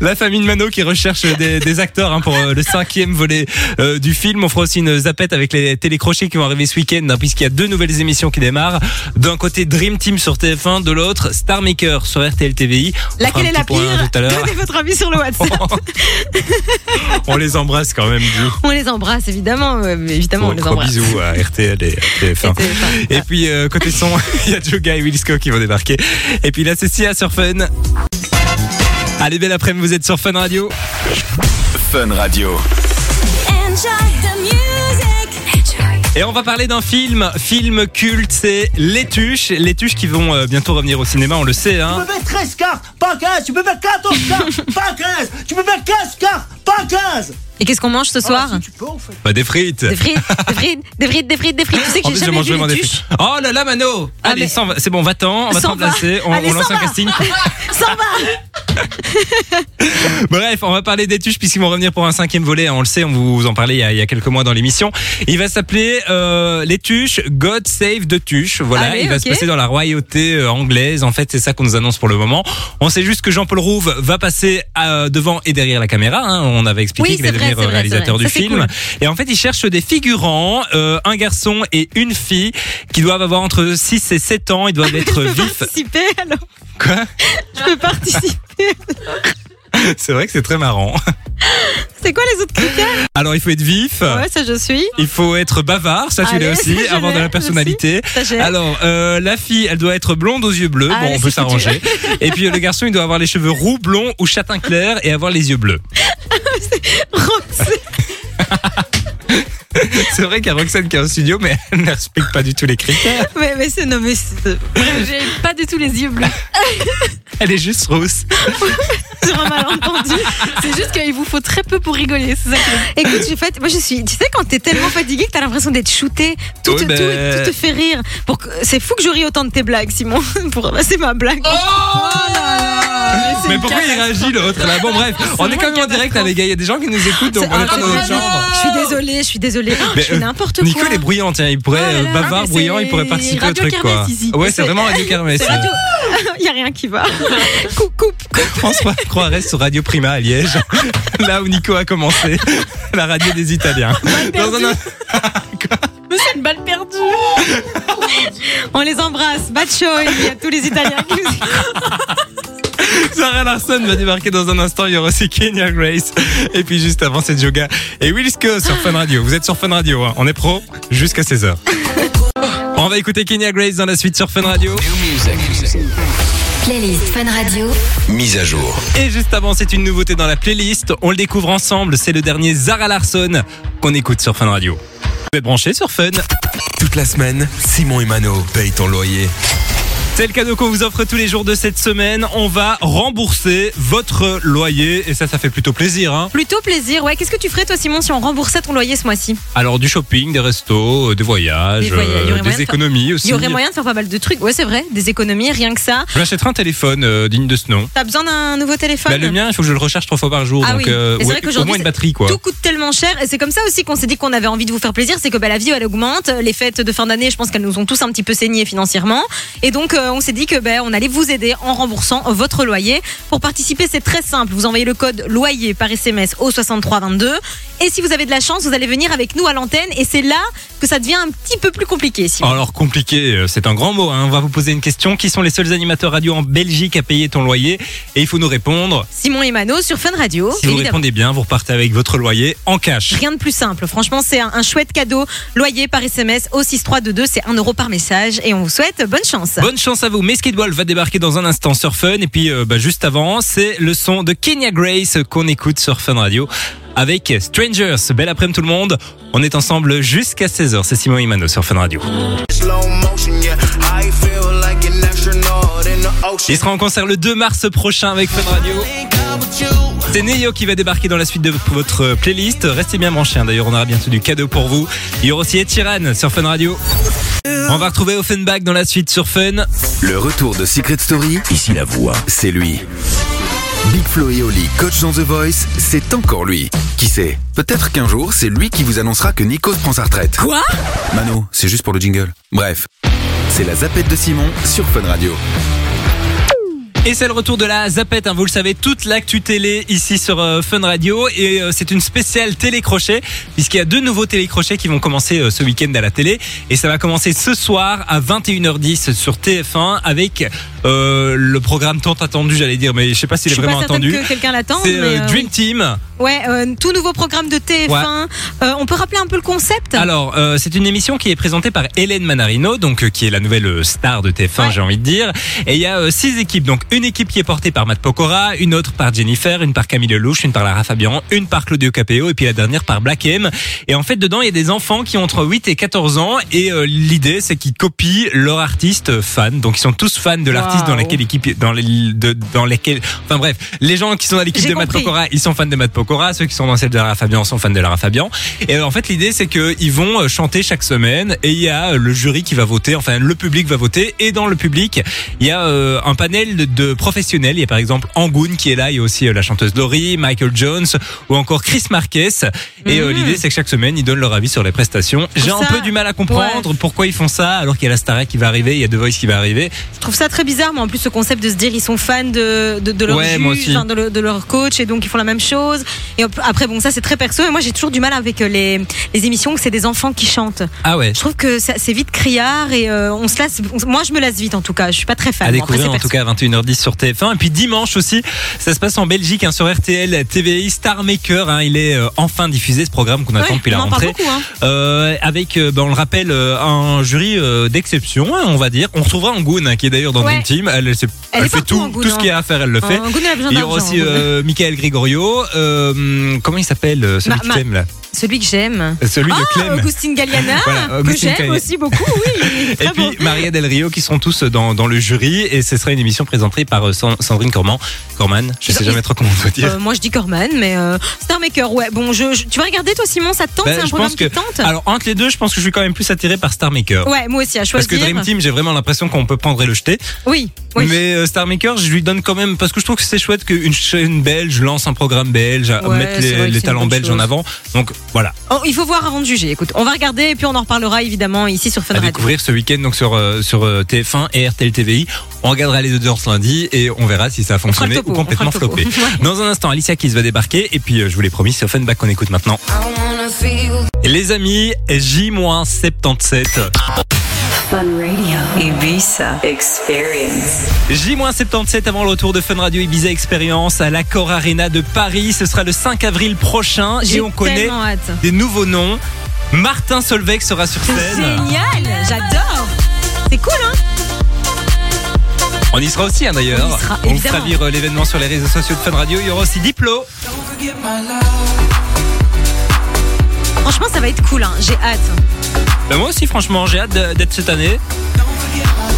Speaker 3: La famille de Mano qui recherche des, des acteurs hein, pour euh, le cinquième volet euh, du film. On fera aussi une zapette avec les télécrochets qui vont arriver ce week-end hein, puisqu'il y a deux nouvelles émissions qui démarrent. D'un côté Dream Team sur TF1, de l'autre Star Maker sur RTL TVI. On fera
Speaker 2: Laquelle
Speaker 3: un
Speaker 2: est
Speaker 3: petit
Speaker 2: la
Speaker 3: point
Speaker 2: pire
Speaker 3: tout à l'heure.
Speaker 2: Donnez votre avis sur le WhatsApp.
Speaker 3: On les embrasse quand même. Dis.
Speaker 2: On les embrasse, évidemment. euh, mais évidemment, on les
Speaker 3: Oh, Gros
Speaker 2: embrasse.
Speaker 3: bisous à RTL et TF1.
Speaker 2: Et c'est- enfin,
Speaker 3: Et puis euh, côté son, il y a Joga et Willisco qui vont débarquer. Et puis là c'est Sia sur Fun. Allez, belle après-midi, vous êtes sur Fun Radio.
Speaker 1: Fun Radio.
Speaker 3: Et on va parler d'un film, film culte, c'est Les Tuches. Les Tuches qui vont euh, bientôt revenir au cinéma, on le sait. Hein.
Speaker 8: Tu peux mettre 13 cartes, pas 15, tu peux mettre 14 cartes, pas 15, tu peux mettre 15 cartes, pas 15
Speaker 2: Et qu'est-ce qu'on mange ce soir
Speaker 8: Ah, si tu peux en fait.
Speaker 3: Bah, des frites.
Speaker 2: Des frites, des frites, des frites, des frites, des frites. Tu sais que
Speaker 3: En
Speaker 2: j'ai
Speaker 3: plus, je
Speaker 2: jamais
Speaker 3: mange
Speaker 2: vu
Speaker 3: vraiment
Speaker 2: les
Speaker 3: des
Speaker 2: tuches.
Speaker 3: frites. Oh là là, Mano
Speaker 2: Ah,
Speaker 3: Allez,
Speaker 2: mais-
Speaker 3: s'en va- c'est bon, va-t'en, on va te
Speaker 2: S'en va.
Speaker 3: remplacer, on,
Speaker 2: Allez,
Speaker 3: on lance
Speaker 2: s'en
Speaker 3: un
Speaker 2: va.
Speaker 3: casting.
Speaker 2: S'en va
Speaker 3: Bref, on va parler des tuches puisqu'ils vont revenir pour un cinquième volet. hein, On le sait, on vous en parlait il y a, il y a quelques mois dans l'émission. Il va s'appeler euh, les tuches God Save the Tuche. Voilà,
Speaker 2: Allez,
Speaker 3: il va
Speaker 2: ok.
Speaker 3: se passer dans la royauté euh, anglaise. En fait, c'est ça qu'on nous annonce pour le moment. On sait juste que Jean-Paul Rouve va passer euh, devant et derrière la caméra. hein. On avait expliqué
Speaker 2: Oui,
Speaker 3: qu'il allait devenir
Speaker 2: c'est vrai, c'est
Speaker 3: euh,
Speaker 2: vrai,
Speaker 3: réalisateur du
Speaker 2: c'est vrai. Ça, c'est
Speaker 3: film. Et en fait, il cherche des figurants, euh, un garçon et une fille qui doivent avoir entre 6 et 7 ans. Ils doivent être
Speaker 2: Je peux
Speaker 3: vifs.
Speaker 2: participer alors
Speaker 3: Quoi
Speaker 2: Je peux participer
Speaker 3: C'est vrai que c'est très marrant.
Speaker 2: C'est quoi les autres critères
Speaker 3: Alors, il faut être vif.
Speaker 2: Ouais, ça je suis.
Speaker 3: Il faut être bavard, ça tu l'as
Speaker 2: Allez,
Speaker 3: aussi,
Speaker 2: ça, je
Speaker 3: avoir de
Speaker 2: l'ai,
Speaker 3: la personnalité.
Speaker 2: Ça j'ai.
Speaker 3: Alors, euh, la fille, elle doit être blonde aux yeux bleus.
Speaker 2: Ah,
Speaker 3: bon,
Speaker 2: là,
Speaker 3: on peut
Speaker 2: c'est foutu.
Speaker 3: s'arranger. Et puis euh, le garçon, il doit avoir les cheveux roux, blonds ou châtain clair et avoir les yeux bleus. C'est vrai qu'il y a Roxane qui est en studio, mais elle ne respecte pas du tout les critères.
Speaker 2: Mais, mais c'est non mais c'est-
Speaker 7: J'ai pas du tout les yeux bleus.
Speaker 3: Elle est juste rousse.
Speaker 2: sur un malentendu.
Speaker 7: C'est juste qu'il vous faut très peu pour rigoler. C'est ça que-
Speaker 2: Écoute, j'ai fait, moi je suis. Tu sais quand t'es tellement fatigué que t'as l'impression d'être shooté, tout,
Speaker 3: Oui,
Speaker 2: te,
Speaker 3: ben-
Speaker 2: tout- tout te fait rire. Pour que- c'est fou que je rie autant de tes blagues, Simon. Pour c'est ma blague.
Speaker 3: Oh mais pourquoi il réagit l'autre là Bon, bref, on est quand même en direct, là, les gars. Il y a des gens qui nous écoutent, donc
Speaker 2: C'est
Speaker 3: on est pas dans notre
Speaker 2: incroyable.
Speaker 3: chambre.
Speaker 2: Je suis désolée, je suis désolée.
Speaker 3: Mais,
Speaker 2: je suis
Speaker 3: euh,
Speaker 2: n'importe quoi.
Speaker 3: Nico, il est bruyant, tiens, il pourrait
Speaker 7: Oh là
Speaker 3: euh,
Speaker 7: là. Ah,
Speaker 3: bavard,
Speaker 7: mais
Speaker 3: bruyant,
Speaker 7: c'est
Speaker 3: il pourrait participer au
Speaker 7: Radio
Speaker 3: truc quoi.
Speaker 7: Kermesse, ici.
Speaker 3: Ouais, c'est vraiment Radio Kermesse.
Speaker 2: C'est radio. Il y a rien qui va. coupe, coupe.
Speaker 3: François croirait sur Radio Prima à Liège, là où Nico a commencé, la radio des Italiens. Dans un-
Speaker 7: Mais c'est une balle perdue.
Speaker 2: On les embrasse. Bad show. Il y a tous les Italiens qui nous
Speaker 3: Sarah Larson va débarquer dans un instant, il y aura aussi Kenya Grace. Et puis juste avant, c'est Joga et Wilsko sur Fun Radio. Vous êtes sur Fun Radio, hein. on est pro jusqu'à 16h. On va écouter Kenya Grace dans la suite sur Fun Radio.
Speaker 5: Playlist Fun Radio.
Speaker 1: Mise à jour.
Speaker 3: Et juste avant, c'est une nouveauté dans la playlist. On le découvre ensemble, c'est le dernier Zara Larson qu'on écoute sur Fun Radio. Vous êtes branchés sur Fun
Speaker 1: Toute la semaine, Simon et Mano payent ton loyer.
Speaker 3: C'est le cadeau qu'on vous offre tous les jours de cette semaine. On va rembourser votre loyer et ça, ça fait plutôt plaisir. Hein
Speaker 2: Plutôt plaisir, ouais. Qu'est-ce que tu ferais toi Simon si on remboursait ton loyer ce mois-ci
Speaker 3: Alors du shopping, des restos, euh, des voyages,
Speaker 2: Des voyages, il y aurait
Speaker 3: euh,
Speaker 2: moyen
Speaker 3: des
Speaker 2: de
Speaker 3: économies aussi.
Speaker 2: Il y aurait moyen de faire pas mal de trucs, ouais c'est vrai, des économies, rien que ça.
Speaker 3: Je m'achèterai un téléphone euh, digne de ce nom.
Speaker 2: T'as besoin d'un nouveau téléphone
Speaker 3: Bah, le mien, il faut que je le recharge trois fois par jour,
Speaker 2: Ah
Speaker 3: donc euh,
Speaker 2: oui. Et c'est
Speaker 3: ouais,
Speaker 2: vrai
Speaker 3: au
Speaker 2: qu'aujourd'hui,
Speaker 3: moins une
Speaker 2: c'est-
Speaker 3: batterie quoi.
Speaker 2: Tout coûte tellement cher et c'est comme ça aussi qu'on s'est dit qu'on avait envie de vous faire plaisir, c'est que bah, la vie elle augmente, les fêtes de fin d'année je pense qu'elles nous ont tous un petit peu saigné financièrement et donc euh, on s'est dit que bah, on allait vous aider en remboursant votre loyer. Pour participer c'est très simple, vous envoyez le code loyer par SMS au 6322 et si vous avez de la chance vous allez venir avec nous à l'antenne et c'est là que ça devient un petit peu plus compliqué. Simon.
Speaker 3: Alors compliqué, euh, c'est un grand mot. hein. On va vous poser une question. Qui sont les seuls animateurs radio en Belgique à payer ton loyer Et il faut nous répondre.
Speaker 2: Simon et Mano sur Fun Radio.
Speaker 3: Si vous
Speaker 2: Oh, évidemment.
Speaker 3: répondez bien, vous repartez avec votre loyer en cash.
Speaker 2: Rien de plus simple. Franchement, c'est un, un chouette cadeau. Loyer par SMS au 6322, c'est 1 euro par message. Et on vous souhaite bonne chance.
Speaker 3: Bonne chance à vous. Mais Skateball va débarquer dans un instant sur Fun. Et puis, euh, bah, juste avant, c'est le son de Kenya Grace qu'on écoute sur Fun Radio avec Strangers. Belle après-midi tout le monde. On est ensemble jusqu'à 16h. C'est Simon Imano sur Fun Radio.
Speaker 9: slow motion, yeah. I feel like an astronaut in the ocean.
Speaker 3: Il sera en concert le 2 mars prochain avec Fun Radio. C'est Neyo qui va débarquer dans la suite de votre playlist. Restez bien branchés. hein. D'ailleurs, on aura bientôt du cadeau pour vous. Il y aura aussi Ed Sheeran sur Fun Radio. On va retrouver Offenbach dans la suite sur Fun.
Speaker 1: Le retour de Secret Story, ici la voix, c'est lui. Big Flo et Oli, coach dans The Voice, c'est encore lui. Qui sait Peut-être qu'un jour, c'est lui qui vous annoncera que Nico prend sa retraite.
Speaker 2: Quoi
Speaker 1: Mano, c'est juste pour le jingle. Bref, c'est la zapette de Simon sur Fun Radio.
Speaker 3: Et c'est le retour de la Zapette, hein, vous le savez, toute l'actu télé ici sur euh, Fun Radio. Et euh, c'est une spéciale télécrochet, puisqu'il y a deux nouveaux télécrochets qui vont commencer euh, ce week-end à la télé. Et ça va commencer ce soir à 21h10 sur TF1 avec euh, le programme tant attendu, j'allais dire, mais je sais pas s'il est
Speaker 2: Je suis pas
Speaker 3: vraiment
Speaker 2: certaine
Speaker 3: attendu.
Speaker 2: que quelqu'un l'attende.
Speaker 3: C'est
Speaker 2: mais,
Speaker 3: euh,
Speaker 2: euh,
Speaker 3: Dream Team.
Speaker 2: Ouais, euh, tout nouveau programme de TF1. Euh, on peut rappeler un peu le concept
Speaker 3: Alors, euh, c'est une émission qui est présentée par Hélène Manarino, donc euh, qui est la nouvelle euh, star de TF1,
Speaker 2: Ouais.
Speaker 3: j'ai envie de dire. Et il y a euh, six équipes. Donc, une équipe qui est portée par Matt Pokora, une autre par Jennifer, une par Camille Lelouch, une par Lara Fabian, une par Claudio Capéo, et puis la dernière par Black M. Et en fait, dedans, il y a des enfants qui ont entre 8 et 14 ans. Et euh, l'idée, c'est qu'ils copient leur artiste euh, fan. Donc, ils sont tous fans de l'artiste dans
Speaker 6: Waouh.
Speaker 3: laquelle équipe, dans, les, de- dans lesquels, enfin bref, les gens qui sont dans l'équipe
Speaker 2: J'ai
Speaker 3: de Matt
Speaker 2: compris.
Speaker 3: Pokora, ils sont fans de Matt Pokora. Ceux qui sont dans celle de Lara Fabian sont fans de Lara Fabian. Et euh, en fait, l'idée, c'est qu'ils vont euh, chanter chaque semaine et il y a euh, le jury qui va voter, enfin, le public va voter. Et dans le public, il y a euh, un panel de- de professionnels. Il y a par exemple Angoun qui est là, il y a aussi euh, la chanteuse Laurie, Michael Jones ou encore Chris Marquez. Et euh,
Speaker 2: Mhm.
Speaker 3: l'idée, c'est que chaque semaine, ils donnent leur avis sur les prestations. J'ai
Speaker 2: trouve
Speaker 3: un
Speaker 2: ça-
Speaker 3: peu du mal à comprendre pourquoi ils font ça alors qu'il y a la Starac qui va arriver, il y a The Voice qui va arriver.
Speaker 2: Je trouve ça très bizarre, mais en plus, ce concept de se dire ils sont fans de, de, de leur
Speaker 3: Ouais,
Speaker 2: juge,
Speaker 3: moi aussi.
Speaker 2: enfin, de, le- de leur coach, et donc ils font la même chose. Et hop, après, bon, ça c'est très perso, et moi j'ai toujours du mal avec euh, les, les émissions où c'est des enfants qui chantent.
Speaker 3: Ah ouais.
Speaker 2: Je trouve que ça- c'est vite criard, et euh, on se lasse. on- moi je me lasse vite en tout cas, je suis pas très fan.
Speaker 3: à
Speaker 2: Bon, après,
Speaker 3: découvrir en
Speaker 2: c'est
Speaker 3: tout
Speaker 2: perso.
Speaker 3: cas à 21h10 sur TF1 et puis dimanche aussi ça se passe en Belgique hein, sur RTL TVI Star Maker hein, il est euh, enfin diffusé ce programme qu'on
Speaker 2: Ouais,
Speaker 3: attend depuis la
Speaker 2: on en parle
Speaker 3: rentrée
Speaker 2: beaucoup, hein.
Speaker 3: euh, avec euh, ben, on le rappelle euh, un jury euh, d'exception hein, on va dire on retrouvera Angoun hein, qui est d'ailleurs dans
Speaker 2: Ouais.
Speaker 3: Dream Team elle, elle, sait-
Speaker 2: Elle
Speaker 3: elle
Speaker 2: est
Speaker 3: fait
Speaker 2: partout,
Speaker 3: tout
Speaker 2: Angoun, hein.
Speaker 3: tout ce qu'il y a à faire elle le fait
Speaker 2: Euh, Angoun, il a besoin
Speaker 3: il y aura
Speaker 2: d'argent,
Speaker 3: aussi
Speaker 2: Angoun.
Speaker 3: euh, Michael Gregorio euh, comment il s'appelle euh, celui
Speaker 2: Ma-
Speaker 3: qui
Speaker 2: ma-
Speaker 3: t'aime là
Speaker 2: Celui que j'aime.
Speaker 3: Euh, celui de
Speaker 2: Ah,
Speaker 3: Clem
Speaker 2: Augustine Galliana,
Speaker 3: Voilà,
Speaker 2: que
Speaker 3: Augustine
Speaker 2: j'aime
Speaker 3: Galliana.
Speaker 2: aussi beaucoup, oui.
Speaker 3: Et
Speaker 2: Très bon.
Speaker 3: puis Maria Del Rio qui sont tous dans, dans le jury et ce sera une émission présentée par euh, San- Sandrine Corman. Corman, je sais
Speaker 2: Ils-
Speaker 3: jamais trop comment on doit dire.
Speaker 2: Euh, moi je dis Corman, mais euh, Starmaker, ouais. Bon, je, je- tu vas regarder toi Simon, ça te tente,
Speaker 3: Ben,
Speaker 2: c'est un
Speaker 3: je
Speaker 2: programme
Speaker 3: pense que-
Speaker 2: qui te tente
Speaker 3: Alors entre les deux, je pense que je suis quand même plus attiré par Star Maker.
Speaker 2: Ouais, moi aussi à
Speaker 3: Parce
Speaker 2: choisir.
Speaker 3: que Dream Team, j'ai vraiment l'impression qu'on peut prendre et le jeter.
Speaker 2: Oui, oui.
Speaker 3: Mais euh, Star Maker, je lui donne quand même parce que je trouve que c'est chouette qu'une chaîne belge lance un programme belge, à
Speaker 2: Ouais,
Speaker 3: mettre
Speaker 2: c'est
Speaker 3: les,
Speaker 2: vrai que
Speaker 3: les
Speaker 2: c'est une
Speaker 3: talents
Speaker 2: bonne
Speaker 3: belges
Speaker 2: chose.
Speaker 3: en avant. Donc voilà,
Speaker 2: Oh, il faut voir avant de juger. Écoute, on va regarder et puis on en reparlera évidemment ici sur Fun
Speaker 3: à
Speaker 2: Radio.
Speaker 3: découvrir ce week-end donc sur euh, sur euh, TF1 et RTL TVI. On regardera les audiences lundi et on verra si ça a
Speaker 2: On fera le
Speaker 3: fonctionné
Speaker 2: topo,
Speaker 3: ou
Speaker 2: on fera
Speaker 3: complètement
Speaker 2: le topo.
Speaker 3: flopé.
Speaker 2: Ouais.
Speaker 3: Dans un instant, Alicia Keys va débarquer et puis euh, je vous l'ai promis, c'est Offenbach qu'on écoute maintenant. Les amis, J-77.
Speaker 10: Ibiza Experience.
Speaker 3: J-77 avant le retour de Fun Radio Ibiza Experience à l'Accor Arena de Paris. Ce sera le 5 avril prochain et
Speaker 2: J'ai
Speaker 3: on connaît
Speaker 2: tellement hâte.
Speaker 3: des nouveaux noms. Martin Solveig sera sur
Speaker 2: C'est
Speaker 3: scène.
Speaker 2: génial, j'adore. C'est cool, hein
Speaker 3: On y sera aussi hein, d'ailleurs.
Speaker 2: On y sera,
Speaker 3: vous
Speaker 2: évidemment.
Speaker 3: fera vivre l'événement sur les réseaux sociaux de Fun Radio. Il y aura aussi Diplo.
Speaker 2: Franchement, ça va être cool, hein. J'ai hâte.
Speaker 3: Ben, moi aussi, franchement, j'ai hâte de- d'être cette année.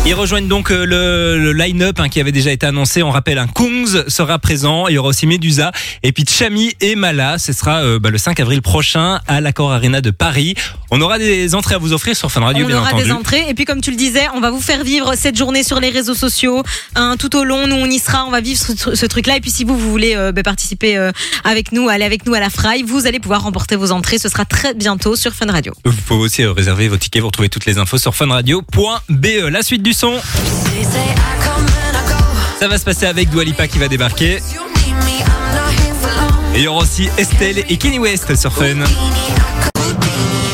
Speaker 3: Ils rejoignent donc euh, le, le line-up hein, qui avait déjà été annoncé. On rappelle, un Kungs sera présent. Il y aura aussi Medusa et puis Chami et Mala. Ce sera euh, bah, le 5 avril prochain à l'Accor Arena de Paris. On aura des entrées à vous offrir sur Fun Radio,
Speaker 2: on
Speaker 3: bien
Speaker 2: aura
Speaker 3: entendu.
Speaker 2: des entrées. Et puis, comme tu le disais, on va vous faire vivre cette journée sur les réseaux sociaux. hein, tout au long, nous, on y sera. On va vivre ce, ce truc-là. Et puis, si vous, vous voulez euh, ben, participer euh, avec nous, aller avec nous à la Fry, vous allez pouvoir remporter vos entrées. Ce sera très bientôt sur Fun Radio.
Speaker 3: Vous pouvez aussi euh, réserver vos tickets. Vous retrouvez toutes les infos sur funradio.be. E. La suite du son, ça va se passer avec Dualipa qui va débarquer. Et il y aura aussi Estelle et Kenny West sur Fun.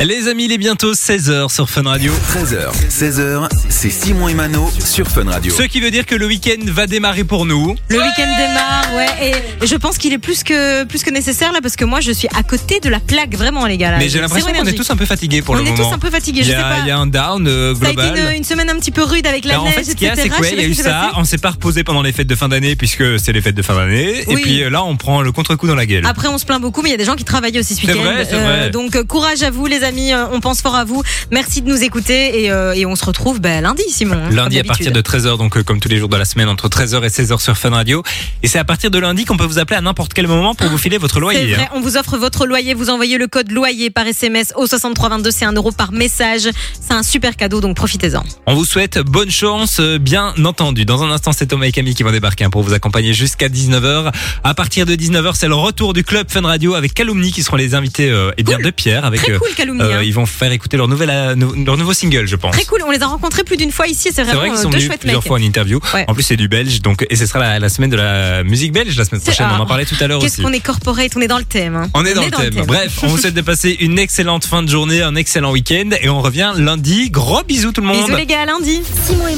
Speaker 3: Les amis, il est bientôt 16h sur Fun Radio.
Speaker 1: 13h, 16h, c'est Simon et Mano sur Fun Radio.
Speaker 3: Ce qui veut dire que le week-end va démarrer pour nous.
Speaker 2: Le week-end démarre, ouais. Et je pense qu'il est plus que, plus que nécessaire là parce que moi, je suis à côté de la plaque, vraiment, les gars. Là.
Speaker 3: Mais j'ai l'impression
Speaker 2: Zéro
Speaker 3: qu'on est
Speaker 2: énergie.
Speaker 3: tous un peu fatigués pour
Speaker 2: on
Speaker 3: le
Speaker 2: est
Speaker 3: moment.
Speaker 2: tous un peu fatigués,
Speaker 3: il,
Speaker 2: je
Speaker 3: y
Speaker 2: sais
Speaker 3: a,
Speaker 2: pas.
Speaker 3: il y a un down euh,
Speaker 2: Ça a été
Speaker 3: global.
Speaker 2: une, une semaine un petit peu rude avec la
Speaker 3: Bah, en
Speaker 2: neige,
Speaker 3: fait, ce qu'il y
Speaker 2: etc.
Speaker 3: a, c'est
Speaker 2: Je
Speaker 3: quoi
Speaker 2: sais
Speaker 3: Il y a
Speaker 2: pas ce
Speaker 3: eu
Speaker 2: qui s'est
Speaker 3: ça.
Speaker 2: passé.
Speaker 3: On s'est pas reposé pendant les fêtes de fin d'année puisque c'est les fêtes de fin d'année. Et
Speaker 2: Oui. Ah,
Speaker 3: puis euh, là, on prend le contre-coup dans la gueule.
Speaker 2: Après, on se plaint beaucoup, mais il y a des gens qui travaillent aussi ce
Speaker 3: Mm. C'est
Speaker 2: week-end.
Speaker 3: vrai, c'est vrai.
Speaker 2: donc, euh, courage à vous, les amis. Euh, On pense fort à vous. Merci de nous écouter et, euh, et on se retrouve ben, lundi, Simon. hein,
Speaker 3: Lundi à
Speaker 2: comme
Speaker 3: partir
Speaker 2: d'habitude.
Speaker 3: de 13h, donc euh, comme tous les jours de la semaine, entre 13h et 16h sur Fun Radio. Et c'est à partir de lundi qu'on peut vous appeler à n'importe quel moment pour vous filer votre
Speaker 2: C'est
Speaker 3: loyer. hein.
Speaker 2: vrai, on vous offre votre loyer. Vous envoyez le code loyer par SMS au 6322. C'est un euro par message. C'est un super cadeau, donc profitez-en.
Speaker 3: On vous souhaite bonne chance, euh, bien entendu. Dans un instant, c'est Thomas et Camille qui vont débarquer hein, pour vous accompagner jusqu'à 19h. À partir de 19h, c'est le retour du club Fun Radio avec Calumni qui seront les invités euh, et bien de Pierre. Avec,
Speaker 2: Très
Speaker 3: euh,
Speaker 2: cool, Calumni.
Speaker 3: euh,
Speaker 2: hein.
Speaker 3: ils vont faire écouter leur, nouvel, euh, nou- leur nouveau single, je pense.
Speaker 2: Très cool. On les a rencontrés plus d'une fois ici. C'est
Speaker 3: C'est vrai
Speaker 2: vraiment
Speaker 3: qu'ils
Speaker 2: euh,
Speaker 3: sont
Speaker 2: deux
Speaker 3: venus
Speaker 2: chouettes mecs.
Speaker 3: plusieurs fois en interview.
Speaker 2: Ouais.
Speaker 3: En plus, c'est du belge, donc et ce sera la, la semaine de la musique belge la semaine
Speaker 2: C'est-
Speaker 3: prochaine. On
Speaker 2: ah,
Speaker 3: en parlait tout à l'heure aussi.
Speaker 2: Qu'est-ce qu'on est corporate On est dans le thème. hein.
Speaker 3: On est dans, le, thème. Bref, on vous souhaite de passer une excellente fin de journée, un excellent week-end et on revient lundi. Gros bisous tout le monde.
Speaker 2: Bisous les gars, à lundi.
Speaker 5: Simon et